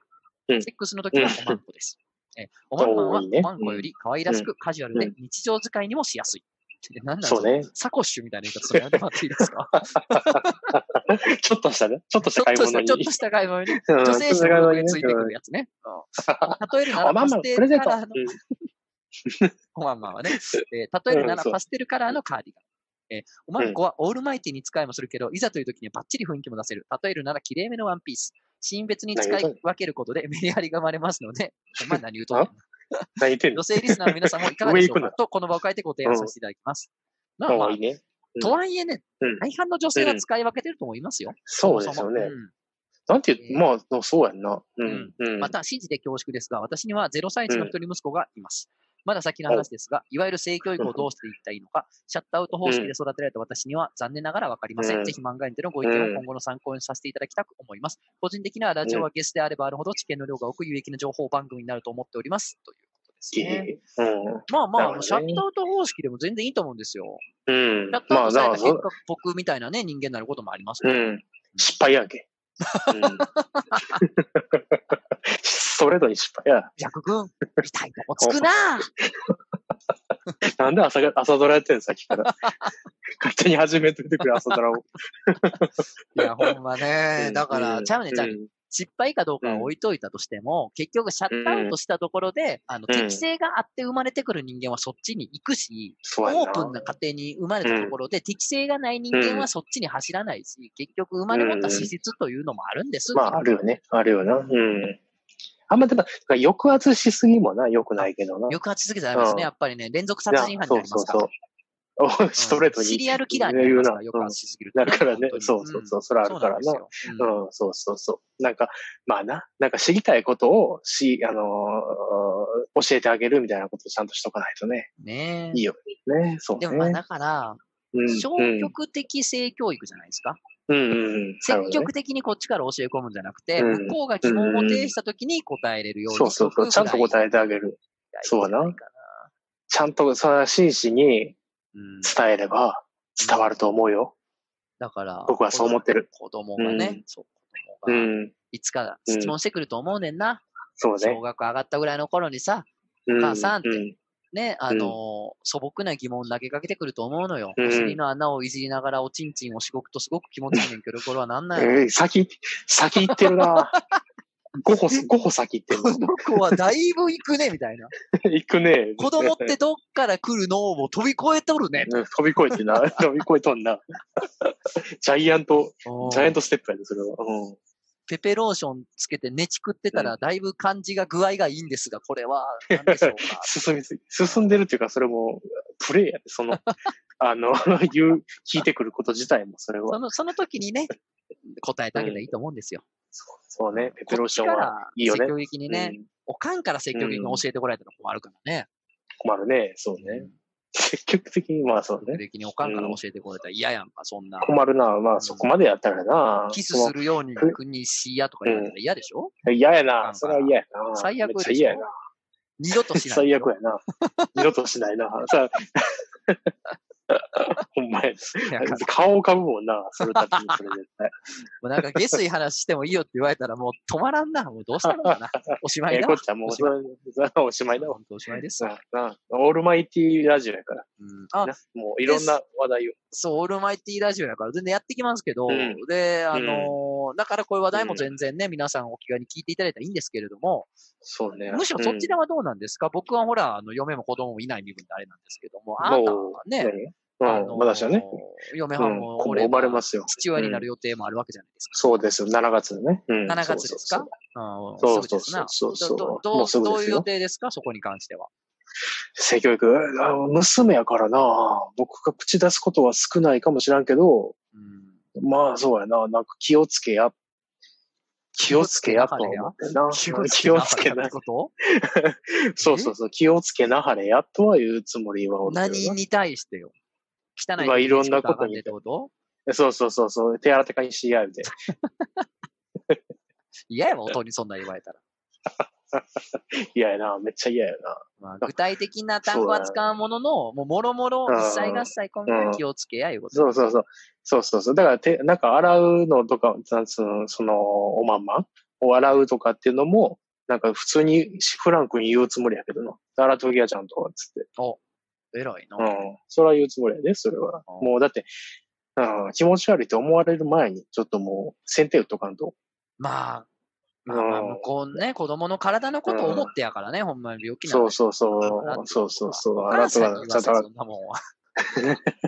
B: うん
A: セックスの時はおまんこです。えおまんまんは
B: おーいいね
A: おまんこより可愛らしくカジュアルで日常使いにもしやすい。って何なん
B: ー、
A: です
B: そうね。
A: サコッシュみたいな言い方するのやめてもらっていいです か
B: ちょっとしたね。ち ょっとし
A: ちょ
B: た
A: っ
B: 買い
A: とし
B: 物
A: た
B: に。
A: ちょっとした買い物に
B: うん
A: 女性誌のロゴについてく
B: うん
A: るやつね。うん例えるな
B: あ、
A: ら
B: まあ
A: パ
B: まあ、
A: ス
B: プ
A: テ
B: レゼ
A: ル
B: ン
A: カ
B: ト。うん
A: ラーの、おまんまんはね、えー例えるなら
B: うんそう
A: パステルカラーのカーディガン。えーおまんこはオールマイティに使いもするけど、いざという時にバッチリ雰囲気も出せる。例えるならきれいめのワンピース。シーン別に使
B: 何
A: い
B: 言う
A: 分けることでメリハリが生まれますの で、お前何言うとんねん
B: 何言ってんの
A: 女性リスナーの皆さんもいかがでしょう
B: 上
A: か
B: 行
A: と、この場を変えてご提案させていただきます。まあま
B: 可
A: あ
B: 愛いね。うん
A: とはいえね
B: うん、
A: 大半の女性
B: う
A: は
B: ん
A: 使い分けてると思いますよ。
B: そうですよ
A: そも
B: ね
A: そも。うん
B: なんて
A: えー
B: 言う、まあの、そうやんな。うん。うん。
A: また、信じて恐縮ですが、私には0歳児の一人息子がいます。まだ先の話ですが、いわゆる性教育をどうしていったらいいの か、シャットアウト方式で育てられた私には残念ながらわかりませ
B: うん
A: ん。ぜひ漫画にてのご意見
B: う
A: を
B: ん
A: 今後の参考にさせていただきたく思います。個人的にはラジオはゲスであればあるほど知見の量が多く有益な情報番組になると思っております。ということです
B: いい
A: ね。
B: うん。
A: まあまあ、
B: なるほどね
A: シャットアウト方式でも全然いいと思うんですよ。
B: うん
A: シャッ。トアウ
B: まあ、
A: トさ
B: だ
A: れ
B: か
A: た結
B: らそ
A: 果、僕みたいなね、人間になることもあります
B: う、
A: ね
B: うん。失敗やんけ。うん。ストレートに失敗や。
A: ジャック君、みたいとこつ くなあ
B: なんで朝が、朝ドラやってんのさっき から。勝手に始めといてくれ、朝ドラを。
A: いや、ほんまね
B: う。ん
A: だから、ちゃうね、ちゃうね。
B: ん
A: 失敗かどうかは置いといたとしても、結局シャットアウトしたところで、あの
B: うん
A: 適性があって生まれてくる人間はそっちに行くし、
B: そう
A: オ
B: や
A: ープンな
B: な。
A: 家庭に生まれたところで、適性がない人間はそっちに走らないし、結局生まれ持った資質というのもあるんです。
B: まあ、あるよね。あるよな。うん。あんま、でも、抑圧しすぎもな、良くないけどな。
A: 抑圧しすぎちゃいます
B: うん
A: ね。やっぱりね、連続殺人犯になりますから。
B: そうそうそう。おストレート
A: うんシ
B: に
A: リアルキラーになりますから、
B: 言うな
A: 抑圧しすぎると
B: な
A: ね、
B: るから
A: 本
B: ね
A: 当。に
B: そうそうそうう。
A: ん
B: それあるからな。
A: そうなんですよ
B: うん、そうそうそう。なんか、まあな、なんか知りたいことをし、あのー教えてあげるみたいなことをちゃんとしとかないとね。
A: うんね
B: いいよ。ね、そうね。
A: でもまあ、だから、
B: うん、
A: 消極的性教育じゃないですか。
B: うん、うんうん、
A: 積極
B: 的
A: 的にこっちから教え込むんじゃなくて、
B: う
A: 向
B: ん
A: こうが疑問を呈したときに答えれるように
B: そうそうそう。ちゃんと答えてあげる。そうだなちゃんと、それは真摯に
A: うん、
B: 伝えれば伝わると思うよ。
A: だから、
B: 僕はそう思ってる。
A: 子供がね、
B: うん
A: そう子
B: う
A: 供が
B: ん、
A: いつか質問してくると思うねんな。
B: そうね
A: 小。学上がったぐらいの頃にさ、
B: お
A: 母さんって
B: うん、
A: ね、あのー素朴な疑問投げかけてくると思うのよ。
B: うん
A: お尻の穴をいじりながらおちんちんをしごくとすごく気持ちいいねんけど、これはなんなんやろ
B: えー先、先行ってる な。5歩、5歩先行ってる
A: この子はだいぶ行くね、みたいな。
B: 行 くね。
A: 子供ってどっから来るのを飛び越えとるね。
B: うん 飛び越えて な、飛び越えとんな。ジャイアント、ジャイアントステップやで、それは。うん。
A: ペペローションつけてねちくってた
B: う。
A: ら、だいぶ感じが具合がいいんですが、これは何でしょうか
B: 進みすぎ、進んでるっていうか、それも、プレイやで、その、 あの、言う、聞いてくること自体も、それ
A: そ
B: は。
A: のその時にね、答えてあげたらいいと思うんですよ。
B: そうね、ペペローション
A: か
B: は。
A: ら
B: いいよ
A: 積
B: ね
A: 極的にね、
B: うん
A: おかんから積極的に教えてこられたのもあるからね。
B: 困るね、そうね。積極的に、まあそう
A: 積極
B: ね。
A: 的におかんから教えてこられたら嫌やんか、そんな。
B: 困るな、まあそこまでやったらな。
A: キスす
B: る。
A: るように
B: ふ
A: 国しやとか言われたら嫌でしょ
B: 嫌や
A: な
B: な、
A: んか
B: それは嫌やな。
A: 最悪
B: めっ
A: でしょ
B: ちゃ嫌やな。
A: 二度としない。
B: 最悪やな。二度としないな。さあ ほんまね。
A: なんか
B: 顔浮かぶもんな、それたちにそれ絶対。
A: もうなんか下水話してもいいよって言われたらもう止まらんな。もうどうしたのか な。おしまい
B: えー、
A: だ
B: こ
A: わ
B: っ。ちはもうおしまいだ。おしまいだわ。
A: 本当おしまいです
B: う
A: わ。
B: んうんオールマイティラジオやから。
A: うん、あ、
B: なもういろんな話題を。
A: そう、オールマイティラジオだから全然やってきますけど、
B: うん
A: で、あのーだからこういう話題も
B: うん
A: 全然ね、皆さんお気軽に聞いていただいたらいいんですけれども、
B: そうね。
A: むしろそっちではどうなんですか、僕はほら、あの、嫁も子供もいない身分であれなんですけども、あなたは
B: うん
A: ね、
B: 何
A: あ
B: う
A: の
B: ん、まだしね。。
A: 嫁
B: う
A: は
B: ん、
A: んも
B: 子も
A: 俺
B: 生まれますすよ。
A: 父親になる予定もあるわけじゃないですか。
B: そうですよ。7月のね。うん、
A: 7月ですかうん
B: そう
A: すぐで
B: そう
A: す
B: そう
A: な。
B: そうそう
A: ど
B: も
A: ど
B: う
A: ど
B: すぐ
A: ど
B: で
A: う
B: すよ
A: いう予定ですかそこに関しては。
B: 性教育、あ娘やからな、僕が口出すことは少ないかもしらんけど、
A: うん
B: まあそうやな、なんか気をつけや、気をつけやとは思ってな。 気をつ け
A: な
B: な
A: って。こ
B: そうそうそう、気をつけなはれやとは言うつもりは
A: と
B: おるけ
A: 何
B: どな
A: に対してよ。汚い。
B: まあいろんなことに
A: ってこと
B: そうそうそうそう、手荒手かにし合うで。
A: 嫌やわ、音にそんな言われたら。
B: 嫌やな、めっちゃ嫌や
A: まあ、具体的な単語は使うものの、もうもろもろ、一切合切今回気をつけやいうこ
B: な。
A: と。
B: そうそうそう。そうそうそう。だから手、なんか洗うのとか、なんつうのその、おまんまを洗うとかっていうのも、なんか普通にフランクに言うつもりやけどな。洗っときやちゃんと、つって。
A: 偉いな。
B: うん。それは言うつもりやね、それは。
A: うん
B: もうだって、うん、気持ち悪いって思われる前に、ちょっともう、先手打っとかんと。
A: まあ、まあまあ、
B: うん
A: 向こうね、子供の体のことを思ってやからね、ほんまに病気なん
B: そう
A: だ
B: そうそう
A: 洗っと。く
B: そうそうそう。
A: お
B: 洗
A: 母
B: っと
A: さ
B: か
A: んに言わせそん
B: なちゃんと洗っ
A: なもん は。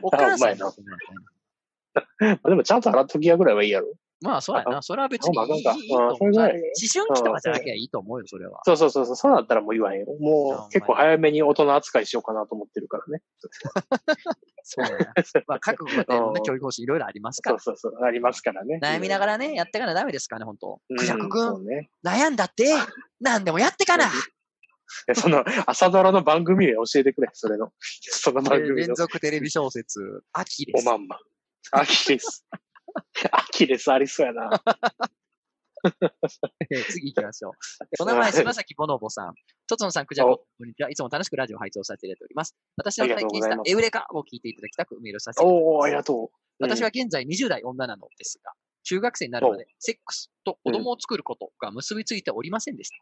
A: お母さんに言わせなあかんやん
B: でも、ちゃんと洗っときやぐらいはいいやろ。
A: まあ、そうやな。それは別に
B: あまあ
A: いい
B: なんか
A: いいいいと思う。
B: うんそれぐ
A: 思
B: らい
A: 春期とかじゃなきゃいいと思うよ、それは。
B: そうそうそうそう。そうなったらもう言わへんよ。
A: あほんま
B: も
A: に
B: う、結構早めに大人扱いしようかなと思ってるからね。
A: そうや な。まあ、各家庭のね
B: うん
A: 教育方針いろいろありますか
B: そ
A: ら
B: う。そうそう。ありますからね。
A: 悩みなが
B: ら、
A: らね、やってからダメですからね、本当。
B: うん
A: クジャク
B: そ
A: 君、
B: うね。
A: 悩んだ って、何でもやってかな。
B: でその、朝ドラの番組で教えてくれ、それの。 その番組
A: 連
B: の。
A: 続テレビ小説、秋で
B: お
A: す。
B: まんま。アキレス。アキレスありそう やな。
A: えー 次行きま しょう。お名前、柴崎ボノボさん。とつのさん、くじゃこ、こんにちは。いつも楽しくラジオを拝聴させていただいております。私の
B: ありが
A: 体
B: とうご
A: 験し
B: ざい
A: た
B: ます
A: エウレカを聞いていただきたくメールさせていただきます。
B: おおありがとう。うん
A: 私は現在20代女なのですが、中学生になるまでセックスと子供を作ることが結びついておりませんでした。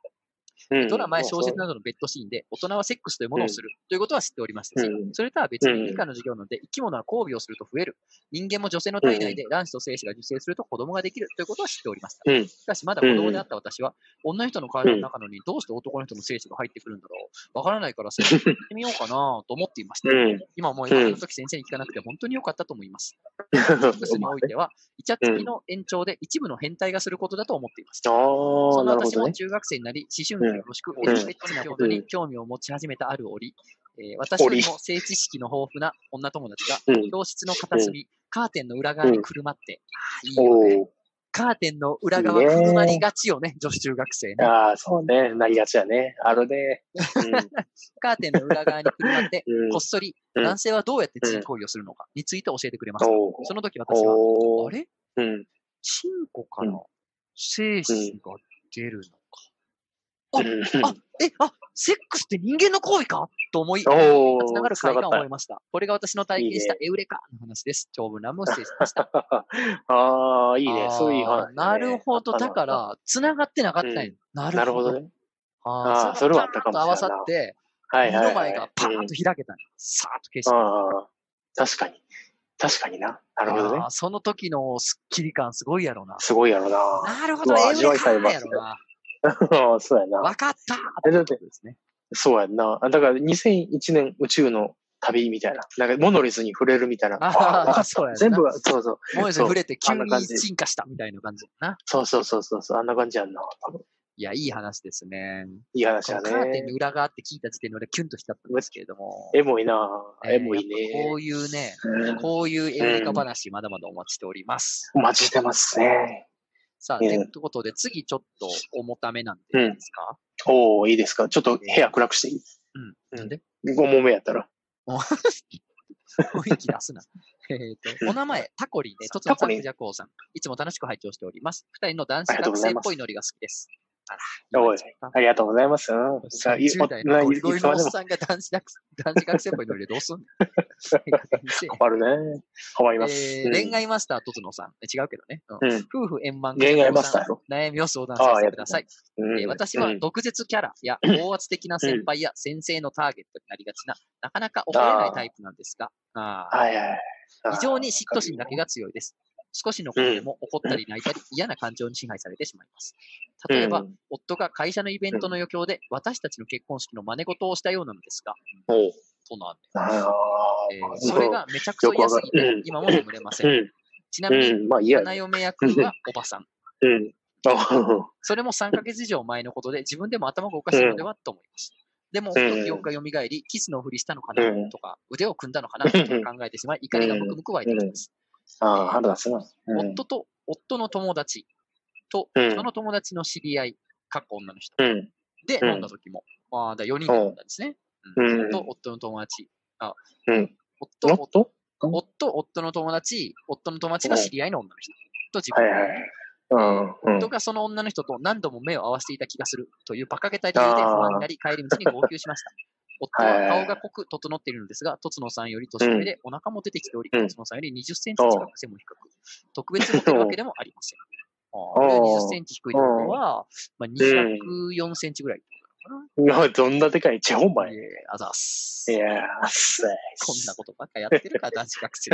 A: ドラマや小説などのベッドシーンで大人はセックスというものをするということは知っておりましたし、
B: うん
A: それとは別に理科の授業なので生き物は交尾をすると増える。人間も女性の体内で卵子と精子が受精すると子供ができるということは知っておりました。
B: うん
A: しかしまだ子供であった私は、女の人の体の中のにどうして男の人の精子が入ってくるんだろう。わからないからセックスやってみようかなと思っていました。
B: うん
A: 今思えばあの時先生に聞かなくて本当に良かったと思います。セックスにおいては、イチャつきの延長で一部の変態がすることだと思っています。
B: あ
A: その
B: あ、なるほ
A: 私
B: ど
A: も
B: ね。
A: 中学生になり、思春期よろしく、
B: ん
A: エッチエッチなことに興味を持ち始めたある折、えー私よりも性知識の豊富な女友達が、
B: うん。
A: 教室の片隅、カーテンの裏側にくるまって、あーいいよね。
B: おお
A: カーテンの裏側くるまりがちよね、女子中学生
B: ー。
A: ね。
B: ああ、そうね。なりがちやね。あるね。
A: カーテンの裏側にくるまって、
B: うん。う
A: こっ
B: ん、
A: そり
B: うん
A: 男性はどうやって自慰行為をするのかについて教えてくれました。
B: お
A: その時私は、
B: お
A: あ
B: おー
A: れ
B: うん。
A: チンコから精子が出るのか。
B: う
A: あ
B: ん、
A: え、あ、セックスって人間の行為かと思い、
B: おお
A: つながる会
B: 繋
A: が
B: がっ
A: 思
B: た
A: いました。これが私の体験したエウレカの話です。長文乱文失礼しました。
B: ああ、いいね。そういう
A: あ
B: 話、
A: ーなるほど。だか、ら、つながってなかったんや
B: う
A: な
B: なるほど。ね。
A: あー
B: あーそれはあったかもし
A: パーン
B: れんな
A: と合わさって、
B: はい
A: 目
B: はい、はい。
A: の前がパーン
B: う
A: と
B: ん
A: 開けたんやさーっと消して。
B: ああ、確かに。確かにな。なるほどね
A: あー。その時のスッキリ感すごいやろな。
B: すごいやろな。
A: なるほど、
B: うわ
A: エウレ
B: 味わ
A: カ
B: いされます
A: やろな。
B: そうやな。
A: わかった
B: えだって
A: ということですね。
B: そうやんな。だから2001年宇宙の旅みたいな。なんかモノリスに触れるみたいな。
A: ああ、
B: あ
A: そうやな。
B: 全部が、そうそう。
A: もう一度触れて急
B: そうあんな感
A: に
B: じ
A: 進化したみたいな感じやな。
B: そうそうそうそうそう。あんな感じやんな。多分
A: いや、いい話ですね。
B: いい話
A: この
B: や
A: カーテンに
B: ね。
A: 裏側って聞いた時点で俺キュンとしちゃったんですけれども。
B: エモいな。
A: えー
B: エモい
A: やっぱこ
B: ね。
A: ういうね、
B: うん
A: こういうエウレカ話、まだまだお待ちしております。
B: お待ちしてますね。
A: さあ、
B: うん
A: ということで、次ちょっと重ためなんで
B: うん
A: いいですか、
B: おー、いいですか。ちょっと部屋暗くしていい
A: うん、
B: うん
A: なんで
B: ?5 問目やったら。
A: 雰囲気出すな。えっ
B: う
A: と、
B: ん
A: お名前、タコリンで、とつ
B: タ
A: の
B: コ
A: さ
B: リ
A: ん、
B: ン
A: くじゃこうさん。いつも楽しく拝聴しております。二人の男
B: あ
A: 子
B: りがと
A: 学
B: うござ
A: 生
B: い
A: っ
B: ます
A: ぽいノリが好きです。
B: おいありがとうございます。うんさあ、い
A: 10代
B: お
A: の
B: ない
A: ゴ
B: い
A: リ
B: つ
A: ゴリのお
B: ま
A: っ
B: でも
A: さんが男子学男子学生っぽいノリでどうすん の
B: 困るね。困ります。
A: えー
B: うん
A: 恋愛マスターとつのさん。違うけどね。うん
B: うん。
A: 夫婦円満
B: 恋愛マスターやろ。
A: 悩みを相談させてください。
B: うん
A: えー私は
B: うん
A: 毒舌キャラや 高圧的な先輩や先生のターゲットになりがちな、なかなか怒れないタイプなんですが、あー
B: はいはい。あー
A: 非常に嫉妬心だけが強いです。少しのことでも怒ったり泣いたり嫌な感情に支配されてしまいます。例えば、
B: うん
A: 夫が会社のイベントの余興で私たちの結婚式の真似事をしたようなのですが、
B: おう
A: となんで
B: あ
A: え
B: ー
A: ーそれがめちゃくちゃ嫌すぎ
B: よくわかるう
A: て
B: ん、
A: 今も眠れませ。
B: うんん。
A: ちなみに、
B: うん。まあ、嫌やね。
A: 花嫁役はおばさん。
B: うん。 あ
A: それも3ヶ月以上前のことで、自分でも頭がおかしいのではと思いました。でも、
B: うん
A: 記憶が蘇り、キスのふりしたのかな
B: うん
A: とか、腕を組んだのかなとか考えてしまい、怒りがムクムク湧いてきます。
B: あー、腹立つな。うん
A: 夫と夫の友達と、
B: うん
A: その友達の知り合い、かっこ女の人
B: うん。
A: で
B: うん
A: 飲んだ時も、ああ、だ4人で飲んだんですね。
B: うん
A: 夫と夫の友達、
B: うん。
A: 夫、
B: おっと
A: 夫、夫の友達、夫の友達の知り合いの女の人と自
B: は
A: 分
B: い。はい。うん。うん
A: 夫。がその女の人と何度も目を合わせていた気がするという馬鹿げた理由で不安になり、帰り道に号泣しました。夫は顔が濃く整っているのですが、とつのさんより年上でお腹も出てきており、
B: うん
A: とつのさんより20センチ近く背も低く、特別持ってるわけでもありません。あ
B: お
A: ー
B: う
A: 20センチ低いところは、まあ、204センチぐらい。
B: いや、どんなでかい、チェホンマ
A: い
B: イ。
A: えあざっす
B: い。やー、す
A: こんなことばっかやってるから、男子学生。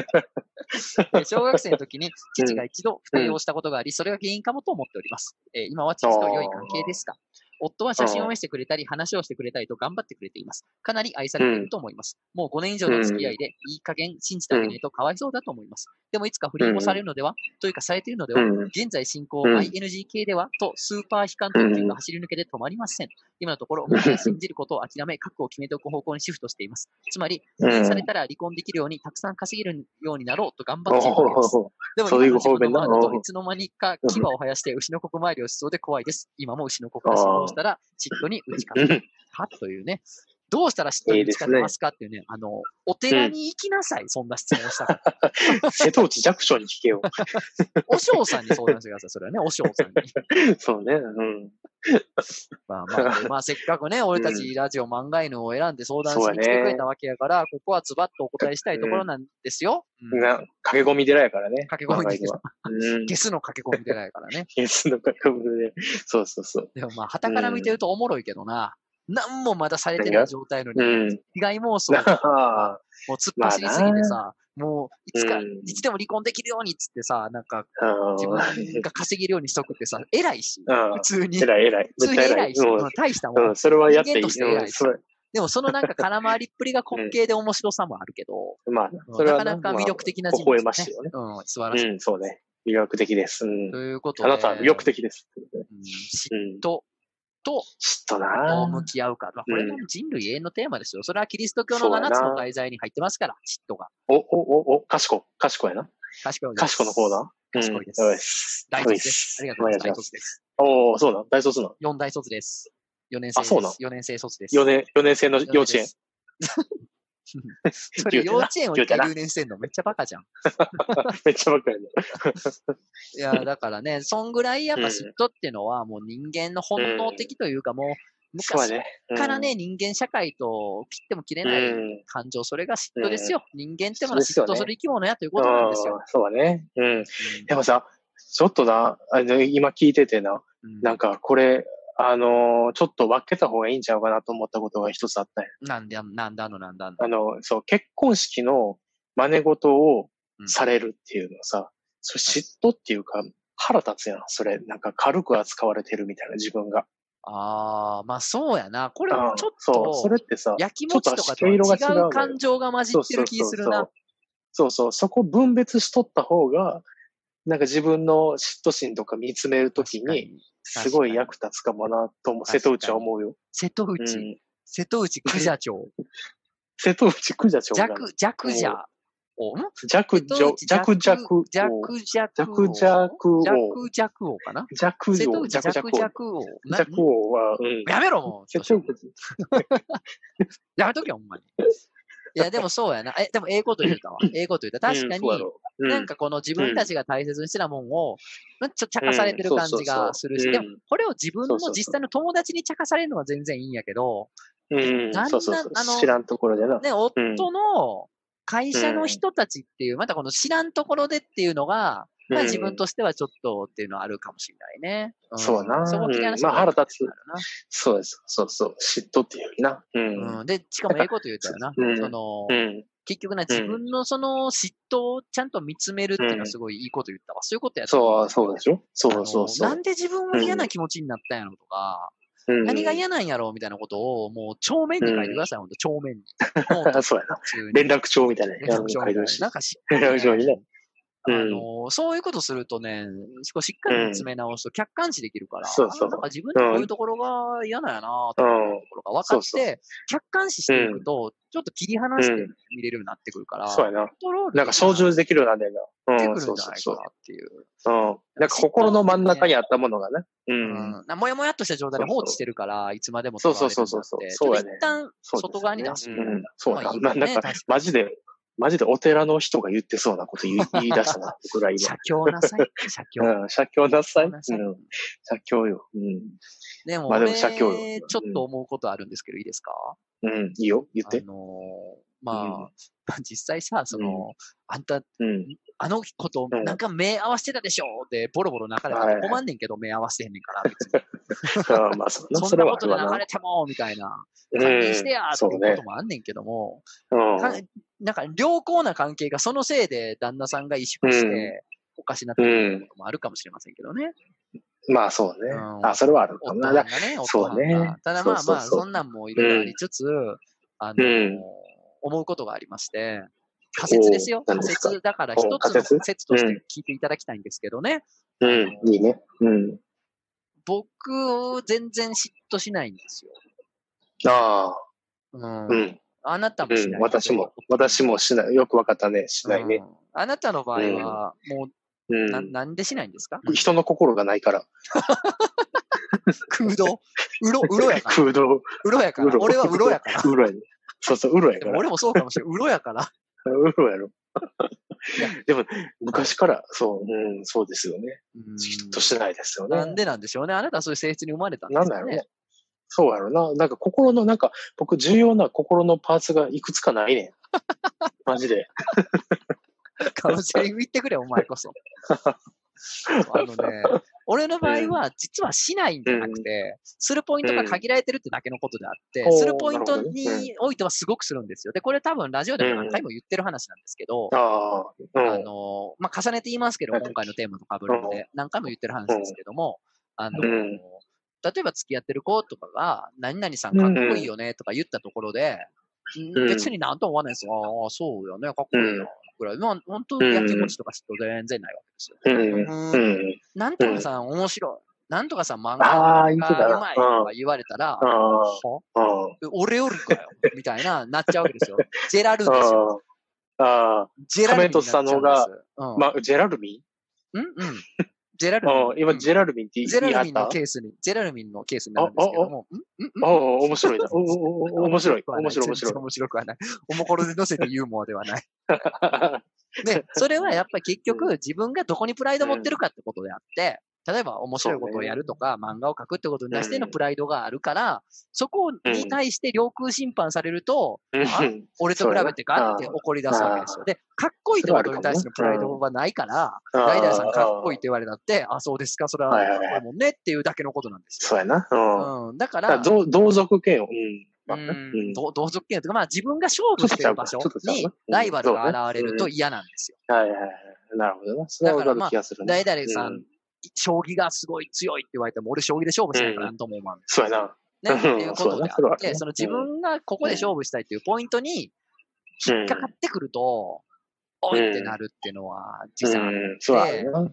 A: え小学生の時に父が一度不定をしたことがあり、それが原因かもと思っております。えー今は父と良い関係ですが、夫は写真を見せてくれたり、話をしてくれたりと頑張ってくれています。かなり愛されていると思います。もう5年以上の付き合いで、いい加減信じてあげないとかわいそうだと思います。でもいつか不倫もされるのでは、というかされているのでは、
B: うん。
A: 現在進行
B: うん
A: ING 系ではとスーパー悲観特急が走り抜けで止まりません。今のところ、もう信じることを諦め、覚悟を決めておく方向にシフトしています。つまり、
B: う
A: 不
B: ん
A: 倫されたら離婚できるように、たくさん稼げるようになろうと頑張っているわけです。
B: お
A: でも、
B: そういう
A: 今の自分のままだ
B: 方面
A: と
B: ない
A: つの間にか牙を生やして牛の国参りをしそうで怖いです。今も牛の国が死亡したら、嫉妬に打ち
B: ー
A: 勝てたというね。どうしたら嫉妬に打ち勝てますかっていうね、あの、お寺に行きなさい、そんな質問したら。
B: 瀬戸内寂聴に聞けよ。
A: お尚さんに相談してください、それはね、お尚さんに。
B: そうね。うん。
A: まあまあね、まあせっかくね、俺たちラジオ漫画犬を選んで相談し
B: そうや
A: に
B: ね
A: 来てくれたわけやから、ここはズバッとお答えしたいところなんですよ。うん
B: な、駆け込み寺やからね。
A: 駆け込み
B: で
A: 寺
B: は。 うん。
A: ゲスの駆け込み寺やから ね。
B: イエスの駆け込み寺。そうそうそう。
A: でもまあ、旗から見てるとおもろいけどな。なんもまだされて
B: 何
A: ない
B: が
A: 状態のに、
B: うん。
A: 被害妄想
B: な
A: が
B: あ、
A: もう突っ走りすぎてさ、もういつか、
B: うん
A: いつでも離婚できるようにっつってさ、なんか
B: うん
A: 自分が稼げるようにしとくってさ、偉いし、
B: うん
A: 普通に。
B: 偉い偉い。
A: 普通
B: 絶
A: に
B: 対
A: 偉
B: 偉
A: い
B: い。
A: し、うん大したも。
B: うんん。それはやっていい。
A: 人間として偉い
B: うん。それ
A: でもそのなんか空回りっぷりが滑稽で面白さもあるけど、
B: まあ、
A: うん
B: それは
A: なかなか魅力的な
B: まあ
A: 人
B: 微
A: 物
B: 笑ましいよね。
A: うん、素晴らしい。
B: うん、そうね。魅力的です。うん。
A: ということ
B: あ
A: で、
B: なたは魅力的です。
A: うん
B: うん
A: 嫉。妬と
B: 嫉妬
A: ど
B: な
A: う
B: ぁ
A: 向き合うか。まあ、これも人類永遠のテーマですよ。それはキリスト教
B: そ
A: の
B: うやな
A: 7つの題材に入ってますから、嫉妬が。
B: お、お、お、お、賢い。賢いな。
A: 賢いです。
B: 賢いの方だ。うん
A: 賢いです
B: よし
A: 大卒です。ありがとうございます。
B: お
A: 大
B: 願いします
A: 卒です。
B: おー、そうだ。大卒なの。
A: 4大卒です。4年生
B: あそうな
A: で
B: の
A: す。4年生卒です。
B: 4年、四年生の幼稚園。
A: 園。それ
B: 言うてな
A: 幼稚園を一回
B: 言うてな
A: 留年してんのめっちゃバカじゃん。
B: めっちゃばっかり
A: いや、だからね、そんぐらいやっぱ嫉妬っていうのはもう人間の本能的というかもう
B: そうや
A: 昔
B: ね。うん
A: からね、。人間社会と切っても切れ
B: う
A: ない
B: ん。
A: 感情、それが嫉妬ですよ。人間ってものは
B: そうです
A: 嫉妬す
B: よね
A: る生き物やということな
B: あ
A: ん
B: あ
A: ですよ。
B: そうだね。うん。でもさ、ちょっとな、あの今聞いててな、
A: うん
B: なんかこれ、あのーちょっと分けた方がいいんちゃうかなと思ったことが一つあったんや。
A: なんで、なんだの、なんだの。
B: あの、そう、結婚式の真似事を
A: うん
B: されるっていうのさ、それ嫉妬っていうか、腹立つやん。それ、なんか軽く扱われてるみたいな自分が。
A: ああ、まあそうやな。こ
B: う
A: れ
B: ん
A: はちょっ
B: そう、そ
A: と、
B: れってさ、
A: 焼きもちとかと
B: ちょっと
A: は違う
B: 色が違うのよ
A: 感情が混じってる気するな。
B: そうそう、そこ分別しとった方が、なんか自分の嫉妬心とか見つめるとき
A: 確か
B: に、すごい役立つかもなと思う。
A: 確
B: 瀬
A: か
B: 戸
A: に
B: 内は思うよ。
A: 瀬戸
B: う
A: 内、
B: ん、
A: 瀬戸内クジャ町、
B: 瀬戸内クジャ長
A: 弱、弱ジャ王、ん
B: 弱
A: 瀬戸
B: 女、
A: 内
B: 弱弱王。
A: 弱弱
B: 弱弱王。
A: 弱弱王かな
B: 弱
A: 瀬戸
B: 女、
A: 内
B: 弱弱
A: 弱弱
B: 王。
A: 王。な
B: 弱王は、うん。
A: やめろ、 もう。
B: 瀬戸内。
A: やめとけよ、ほんまに。いや、でもそうやな。え、でも、ええこと言うたわ。ええこと言うた。確か
B: うんそうや
A: に、
B: ろうん
A: なんかこの自分たちが大切にしてたもんを、なんかちょっと茶化されてる感じがするし、でも、これを自分の実際の友達に茶化されるのは全然いいんやけど、
B: うんうん
A: なんな
B: そうそうそ
A: あの
B: う。知らんところでな。
A: ね、夫の会社の人たちっていう、またこの知らんところでっていうのが、まあ自分としてはちょっとっていうのはあるかもしれないね。ん
B: そうやな
A: そこ嫌いな人
B: うんまあ
A: 多いかも
B: 腹立つ
A: しれないな
B: そうです。そうそう。嫉妬っていうよりな。うん。
A: うん、で、しかもええこと言うたよな。
B: うん
A: その、
B: うん。
A: 結局な、自分のその嫉妬をちゃんと見つめるっていうのはすごいいいこと言ったわ。そういうことやと思
B: そう、そうでしょそうそうそ
A: あのな
B: う。
A: んで自分は嫌な気持ちになったんやろとか、
B: うん
A: 何が嫌なんやろみたいなことを、もう正面に書いてください、ほんと、正 面に。ノート
B: そうやな。
A: 普通に
B: 連絡帳みたいな
A: 連絡帳みたいななんかし
B: 連絡帳にね。
A: あ
B: うん
A: の、そういうことするとね、しっかり見つめ直すと客観視できるから、
B: そうそう
A: あなんか自分のこういうところが嫌なんやなとか、
B: うん。
A: ところが分かっ
B: そうそ
A: て、客観視していくと、ちょっと切り離して見れるようになってくるから、
B: そうやな。
A: コントロール
B: なんか操縦できるようになるんだよな。
A: 出てく
B: うん、
A: るん
B: そう
A: じゃ
B: そう
A: ない
B: そ
A: か
B: う
A: な。っていう。
B: うん。なんか心の真ん中にあったものがね。
A: う
B: う
A: ん
B: ん。
A: なもやもやっとした状態で放置してるから、いつまでも
B: そうそうそうそうそう
A: 使われる
B: そうや
A: よ
B: ね
A: うになってちょっと一旦
B: そうですね
A: 外側に出す。
B: うん。そうや
A: まあいい
B: な。
A: よね
B: なんか
A: 確かに、
B: マジで、マジでお寺の人が言ってそうなこと言い言い出し たな、僕ら今
A: 写。経な さい。写経。
B: うん。写経なさい。
A: 写経
B: うん
A: なさい。
B: 写経よ。うん。
A: でも、
B: まあでも
A: 俺
B: 写経よ
A: ちょっと思うことあるんですけど、いいですか
B: うん。いいよ。言っ
A: あ
B: て。
A: のー、まあ
B: うん
A: まあ、 実際さ、その、あんた、
B: うん。
A: あの子と
B: うん
A: なんか目合わせてたでしょって、ボロボロ泣かれ
B: はい
A: た
B: は
A: ら
B: い
A: 困んねんけど、目合わせてへんねんから、別に。
B: ああまあ、そん な、
A: そ
B: そ
A: んな
B: れ
A: こ
B: はあ
A: と
B: る
A: で
B: わ
A: 泣か
B: な。
A: れても、みたたいな。
B: う
A: 堪忍してや、
B: ん。
A: って
B: そ
A: いううこ
B: ね
A: と。もあんねんけども、
B: うん。
A: かなんか良好な関係がそのせいで旦那さんが萎縮して、おかしなってることもあるかもしれませんけどね。
B: まあ、そうね
A: う。ん
B: あ、それはある
A: 夫
B: か
A: な
B: な。
A: んが
B: だ
A: ね、
B: そ
A: 夫な
B: うね
A: んが。ただまあ
B: そ
A: ま
B: う
A: あ、
B: そうそう
A: そんなんもいろいろありつつ、あの
B: うん、
A: 思うことがありまして、仮説ですよ。
B: おー何
A: 仮
B: ですか
A: 説だから
B: お
A: 一つの
B: 仮
A: 仮
B: 説
A: 説として聞いていただきたいんですけどね。
B: うん。いいね。うん。
A: 僕、全然嫉妬しないんですよ。
B: ああ。
A: うん
B: うん。
A: あなたもし
B: う
A: ない、
B: ん、私も、私もしない。よくわかったね。しないね
A: う。んあなたの場合は、も
B: う
A: うな、
B: ん。
A: なんでしないんですか
B: 人の心がないから。
A: 空 洞うろ、うろやから。
B: 空洞。
A: うろやか
B: う
A: ら。
B: ろ。
A: 俺はうろやから。。
B: うろやね。そうそう、うろ
A: で
B: やか
A: も
B: ら。
A: 俺もそうかもしれん。うろやから。
B: うろやろ
A: いや。
B: でも、昔から、そう、うん、そうですよね。
A: うん
B: 嫉妬しないですよね。
A: なんでなんでしょうね。あなたはそういう性質に生まれたんで
B: なん
A: す
B: だろ
A: よ
B: う
A: ね
B: ね。。そうやろな。なんか心の、なんか、僕、重要な心のパーツがいくつかないね ん。マジで。
A: カウンセリング行ってくれ、お前 こそ。あのね、俺の場合は、実はしないんじゃなくて、するポイントが限られてるってだけのことであって
B: う、ん
A: するポイント
B: おーなるほどね
A: においてはすごくするんですよ。で、これ多分ラジオでも何回も言ってる話なんですけど、
B: ああ、う
A: あ
B: ん。
A: の、まあ、重ねて言いますけど、
B: はい
A: 今回のテーマと被るの
B: う
A: で、何回も言ってる話ですけども、あの、
B: うん
A: 例えば付き合ってる子とかが、何々さんかっこいいよねとか言ったところで、
B: うん
A: うん別になんとも思わないですよ。ああ、そうよね、かっこいいな、ぐらい。まあ、本当、やきもちとか嫉妬全然ないわけですよ。
B: うん。う
A: うん
B: ん。
A: なんとかさん面白い。なんとかさん漫画
B: ああ、言ってた
A: がう
B: な
A: まい。とか言われたら、
B: うん。
A: は
B: うん。うん。
A: え俺よりかよ、みたいな、なっちゃうわけです よ。ジェラルですよ。
B: ああ。ああ。
A: ジェラルになっちゃうんです
B: 亀戸さんのが、
A: うん
B: まあ、ジェラルミ
A: うんうん。ジェラル
B: ン
A: ミン
B: う。ん、今、
A: うん
B: ジェラルミンって言い
A: ジェラ
B: 張
A: ルミ
B: っ
A: ンの
B: た
A: ケースに、ジェラルミンのケースになるんですけども、んんん
B: おお面白 いな。おおお面白い。面白い、
A: 全
B: 面白い
A: 然。面白くはない。おもころで乗せてユーモアではない。で、 それはやっぱり結局自分がどこにプライド持ってるかってことであって、例えば面白いことをやるとか、漫画を描くってことに対してのプライドがあるから、そこに対して領空侵犯されると、
B: うん
A: 俺と比べてかって怒り出すわけですよ。で、かっこいいってことに対してのプライドはないから、ライダーさんかっこいいって。言われたって、あ、そうですか、それはか
B: はい
A: っ
B: はい
A: こ
B: はい
A: いいもんねっていうだけのことなんですよ。
B: そうやな。うん。
A: うん、だか、
B: だからら同同族系を。
A: う
B: うん
A: ん、
B: ん。
A: 同同族圏というか、まあ自分が勝負してる場所
B: ちょっとちゃうかち
A: に
B: ょっとちゃうかうん
A: ライバルが現れると嫌なんですよ。
B: はいはいはい。なるほどな。それはわかる気がする
A: 誰
B: ね。
A: 々さん、将棋がすごい強いって言われても、俺将棋で勝負しないからなんとも思わん。
B: そうや
A: ね、
B: な。うん
A: っていうことであ
B: そうだなそれ
A: っ
B: はある
A: て、
B: ね
A: その自分がここで勝負したいっていうポイントに引っかかってくると、おいってなるっていうのは実際ある。
B: うん。そうやな。う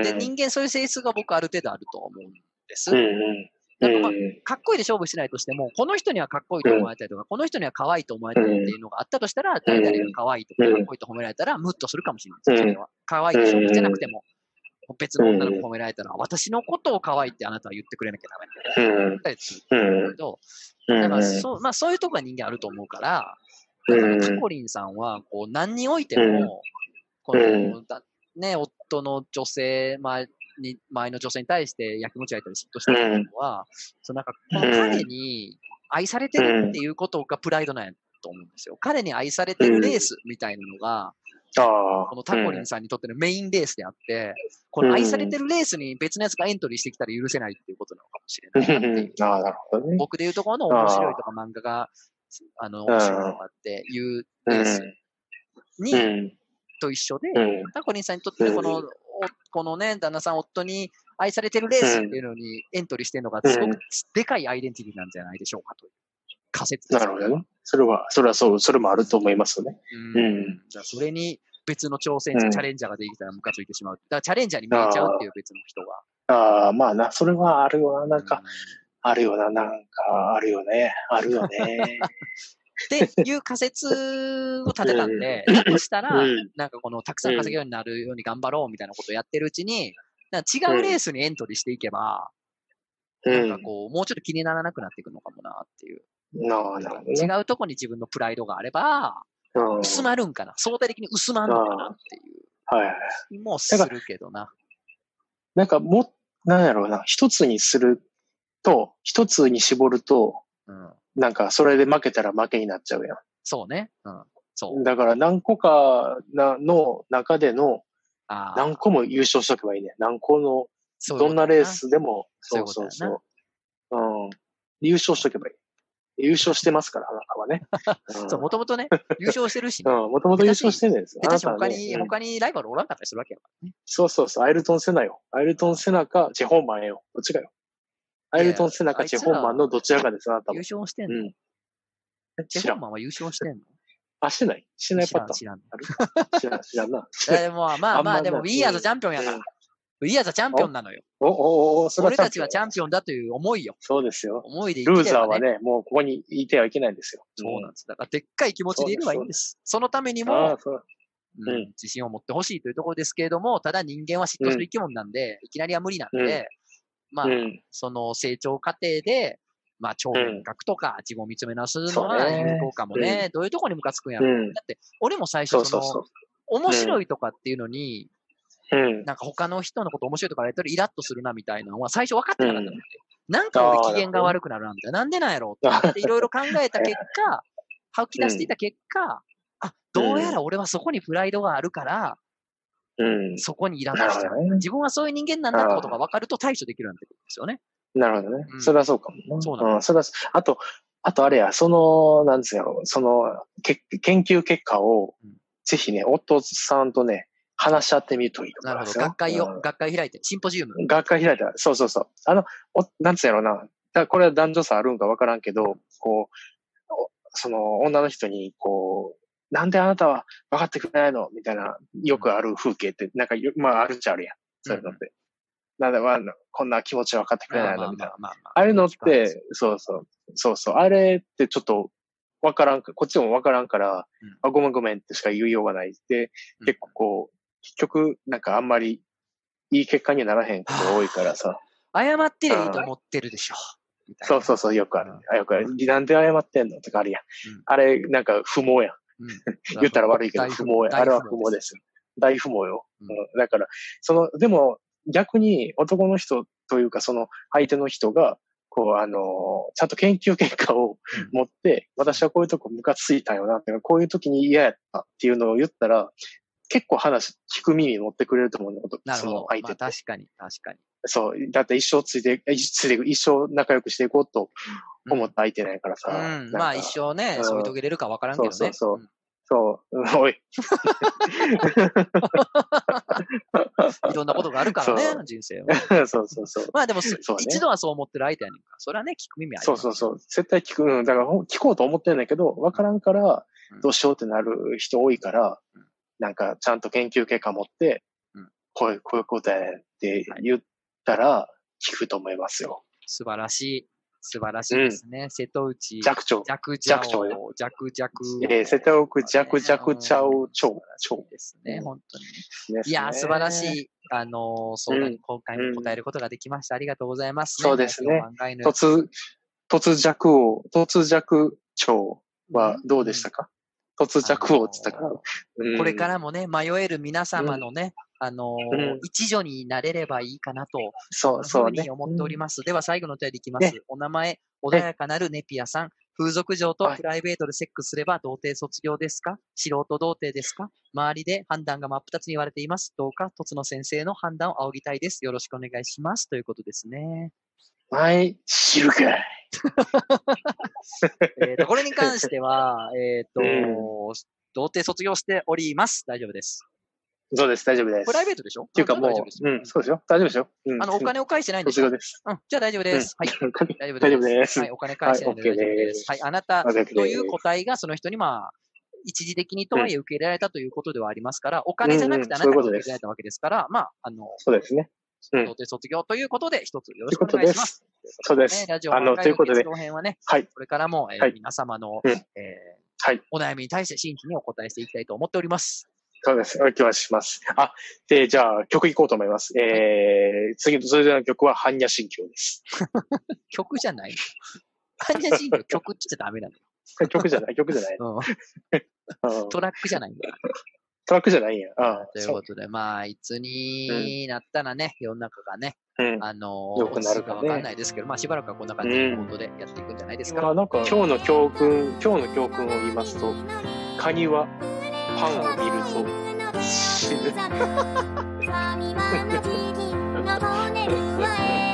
B: ん。
A: で、人間そういう性質が僕ある程度あると思うんです。
B: うんうん。
A: なんかまあかっこいいで勝負しないとしても、この人にはかっこいいと思われたりとか、この人には可愛いと思われたりっていうのがあったとしたら、誰々が可愛いとか、
B: う
A: か
B: ん
A: っこいいと褒められたら、ムッとするかもしれないですよ、
B: うん
A: それは。可愛いで勝負じゃなくても、別の女の子褒められたら、私のことを可愛いってあなたは言ってくれなきゃダメだ
B: うん。
A: ったりする
B: うん。
A: けど、
B: うん。
A: だからそう、まあそういうとこが人間あると思うから、
B: うん
A: タコリンさんは、こう、何においても、この、
B: う
A: だね、夫の女性、前に、前の女性に対してやきもち焼いたり嫉妬した
B: う
A: りってい
B: ん
A: う。のは、そのなんか、この彼に愛されてるっていうことがプライドなんやと思うんですよ。彼に愛されてるレースみたいなのが、
B: ああ。
A: このタコリンさんにとってのメインレースであって、この愛されてるレースに別のやつがエントリーしてきたら許せないっていうことなのかもしれ
B: う。
A: ないなっていうん
B: ああ、なるほどね。
A: 僕で言うところの面白いとか漫画が、あの、面白いとかっていうレースに、
B: うん。
A: と一緒で、
B: うん。
A: タコリンさんにとってこの、お
B: う
A: このね、旦那さん、夫に愛されてるレースっていうのにエントリーしてるのが、すご
B: うん
A: くでかいアイデンティティなんじゃないでしょうかという仮説です。
B: なるほどね。それは、それはそう、それもあると思いますよね。
A: う
B: うん
A: ん。じゃあそれに別の挑戦者、
B: うん
A: チャレンジャーができたらムカついてしまう。だからチャレンジャーに見えちゃうっていう別の人が。
B: ああ、まあな、それはあるわ。なん
A: う
B: か、あるよな、なんか、あるよね。ある よね。
A: っていう仮説を立てたんで、だとしたら、
B: うん。
A: なんかこのたくさん稼ぐようになるように頑張ろうみたいなことをやってるうちに、なんか違うレースにエントリーしていけば、
B: う
A: なんか
B: ん。
A: こう、もうちょっと気にならなくなっていくのかもなっていう。
B: なあ、なるほど
A: 違
B: ね。
A: うとこに自分のプライドがあれば、
B: うん。
A: 薄まるんかな。相対的に薄まるのかなっていう
B: はいはい。
A: 気もするけどな。
B: なんか、も、なんやろうな。一つにすると、一つに絞ると、
A: うん。
B: なんか、それで負けたら負けになっちゃうや。。
A: そうね。うん。そうん
B: だから、何個かなの中での、
A: あー
B: 何個も優勝しとけばいいね。何個の
A: そういう
B: ど
A: こ
B: ん
A: とや
B: なレースでも、
A: そうい
B: そうう
A: こと
B: そ
A: や
B: う
A: な
B: そう。うん。優勝しとけばいい。優勝してますから、あなたはね。 うん
A: そう、もとも とね、優勝してるし、
B: う
A: ね、
B: ん、もともと優勝してんねんですよ。
A: 下手し
B: あなた
A: 他
B: はね
A: に、
B: うん
A: 他にライバルおらんかったりするわけやからね。
B: そうそうそう、アイルトン・セナよ。アイルトン・セナか、チェホンマンよ。どっちかよ。アイルトン・セナ
A: い
B: か、
A: やいや
B: チェホンマンのどちらかです、あなた
A: 優
B: も。
A: 勝してんの、
B: うん。
A: チ
B: 知
A: ェ
B: ら
A: ホン
B: ん。
A: マンは優勝してん
B: あ、してないしてな
A: の
B: い
A: 知
B: パ
A: らん、
B: タ
A: 知らん。
B: ーン。知らん、 知らんな。
A: えーまあまあ
B: あん
A: ま
B: ま
A: あ、でも、
B: な
A: We are the champion やか
B: う
A: ら
B: ん。
A: We are the champion なのよ。
B: お、お、お、お、そ れ
A: 俺たちはチャン
B: ピ
A: ピオ
B: オン。
A: ンだという思いよ。
B: そうですよ。
A: 思いで
B: ル
A: 生
B: ー
A: きて
B: ザ
A: れ
B: ーは
A: ばね。
B: ね、もうここにいてはいけないんですよ。
A: そうなんです。だから、でっかい気持ちでいればいいんです。そのために
B: うんあ
A: も
B: あ、、そう。
A: うん
B: うん
A: 自信を持ってほしいというところですけれども、ただ人間は嫉妬する生き物なんで、いきなりは無理なんで、まあ
B: う、ん。
A: その成長過程で、まあ、超変革とか自分を見つめ直すの
B: そ
A: が
B: うね
A: 有効かもね。どういうとこにムカつくんや
B: う
A: ろ。
B: ん。
A: だって、俺も最
B: そ
A: 初、
B: うそ
A: そう
B: そ
A: の
B: う、。
A: 面白いとかっていうのに、
B: うん。
A: なんか他の人のこと面白いとか言われたらイラッとするなみたいなのは最初分かってなかったので、なんか
B: あー
A: 俺機嫌が悪くなるなみたいな、なんでなんやろうって思っていろいろ考えた結果、吐き出していた結果、あ、どうやら俺はそこにプライドがあるから、
B: うん。
A: そこにイラッ
B: な
A: とし
B: るほ
A: ちゃう。
B: どね。
A: 自分はそういう人間なんだってことが分かると対処できるようになってくるんですよね。
B: なるほどね
A: う。ん
B: それはそうかもな。
A: そうなん
B: んそれはそ、あと、あとあれや、その、なんですよ、その、け研究結果を
A: うん、
B: ぜひね、夫さんとね、話し合ってみるといいと
A: な
B: 思
A: る
B: いま
A: ほ
B: す
A: ど。
B: よ。
A: 学会を、
B: うん
A: 学会開いて、シンポジウム。
B: 学会開いたら、そうそうそう。あの、おなんつうやろうな。だからこれは男女差あるんかわからんけど、こう、おその女の人に、こう、なんであなたは分かってくれないのみたいな、よくある風景って、なんかよ、まああるっちゃあるやん。そういうのって。なんで、わんこんな気持ちは分かってくれないのみたいな。
A: まあま
B: ああいうのって、、そうそう、そうそう、あれってちょっとわからんか、こっちもわからんから、
A: うん
B: あごめんごめんってしか言いようがない。で
A: うん、
B: 結構こう、結局、なんかあんまりいい結果にはならへんことが多いか らさ、
A: 謝ってりゃいいと思ってるでしょ。みたいな
B: そうそうそう、よくある。あよくある。なんで謝ってんのとかあるやん
A: うん。
B: あれ、なんか不毛やん。
A: うん。
B: 言ったら悪いけど、
A: 大
B: 不
A: 富
B: 毛や。あれは
A: 大
B: 不
A: 富。
B: 毛ですす。大不毛よ。
A: う
B: うんんだから、その、でも、逆に男の人というか、その相手の人が、こう、あのー、ちゃんと研究結果
A: う
B: を
A: ん
B: 持って、私はこういうとこムカついたよな、っていうかこういう時に嫌やったっていうのを言ったら、結構話、聞く耳に乗ってくれると思うんだこと、
A: なる
B: そ
A: ほ
B: の
A: ど。
B: 相
A: ま
B: 手
A: あ
B: って、
A: 確かに、確かに。
B: そう、だって一生ついて、一ついていく一生仲良くしていこうと思った相手ないからさ。
A: うん、
B: なん
A: まあ
B: か
A: 一生ね、
B: うん
A: 添い遂げれるか分からんけどね。
B: そうそうそうんそう、うん おい、
A: いろんなことがあるから
B: そ
A: ね、人生は。
B: そうそうそう。
A: まあでもす、
B: そうね
A: 一度はそう思ってる相手やねんから、それはね、聞く耳あり
B: そうそうそう。絶対聞く。うん。だからほん聞こうと思ってんだけど、わからんから
A: うん、
B: どうしようってなる人多いから
A: うん、
B: なんかちゃんと研究結果持って
A: うん、
B: こういう、こういうことやねんって言ったら、聞くと思いますよ。
A: 素晴らしい。素晴らしいですね。瀬戸内。
B: 弱聴。
A: 弱
B: 弱長
A: 弱弱弱。
B: えー、瀬戸奥弱弱ちゃう
A: 超
B: 超超
A: ですね、本当にね。
B: ですね。
A: いやー、素晴らしい、あのー相談
B: う
A: に今回も答えることができました。ありがとうございます、
B: そうですね
A: 今日考えぬ
B: 突、突弱王、突弱長はどうでしたか突着をつったから。うん
A: これからもね、迷える皆様のね、あのー
B: うん
A: 一助になれればいいかなと、
B: そう、そう
A: ふう
B: ね
A: に。思っております。では、最後のお便りいきます。
B: ね
A: お名前、穏やかなるネピアさん。風俗嬢と
B: はい
A: プライベートでセックスすれば童貞卒業ですか素人童貞ですか周りで判断が真っ二つに言われています。どうか、とつの先生の判断を仰ぎたいです。よろしくお願いします。ということですね。
B: はい、知るかい。
A: えーとこれに関して は、えっと、童貞卒業しております。大丈夫です。
B: そうです、大丈夫です。
A: プライベー
B: っ
A: トでしょって
B: いうかもう
A: 大丈夫です、
B: うん、そうですよ。大丈夫ですよ。うん
A: あの、お金を返してないんで
B: 卒
A: しょ
B: 業です。
A: うん、じゃあ大丈夫です。はい。
B: は
A: 大丈
B: い。
A: 夫です。
B: 大丈夫です
A: はい、お金返してないので
B: は
A: 大
B: い
A: 丈夫です。はい、あなたという答えがその人にまあ、一時的にとはいえ受け入れられたということではありますから、お金じゃなくてあなたが受け入れられたわけですから、まあ、あの、
B: そうですね。うん
A: 童貞卒業ということで、一つよろし
B: という
A: く
B: こ
A: お
B: と
A: 願い
B: で
A: します。
B: す。そうで
A: ね
B: す。
A: ラジオ
B: あの、ということで、
A: 後編はね、
B: はい。
A: これからも、えー
B: はい
A: 皆様の、
B: うん
A: えー
B: はい
A: お悩みに対して真摯にお答えしていきたいと思っております。
B: そうです。お気はします。あ、で、じゃあ、曲いこうと思います。えー、次の、それぞれの曲は、般若心経です。
A: 曲じゃ ない。患者心理の 曲って言っちゃダメなの
B: 曲じ ゃない、曲じゃない。
A: よ。うん
B: うん
A: トラックじゃないんだ。
B: トラックじゃないんや。あ
A: ということで、まあ、いつになったらね、世の中がね、
B: う。うん。
A: あのー、
B: 良くなる
A: か
B: かね
A: わかんないですけど、まあ、しばらくはこんな感じのことでやっていくんじゃないですか。
B: あなんか今日の教訓今日の教訓を言いますとカニはパンを見ると死ぬ。
C: 「髪はまじきのぼねるわえ」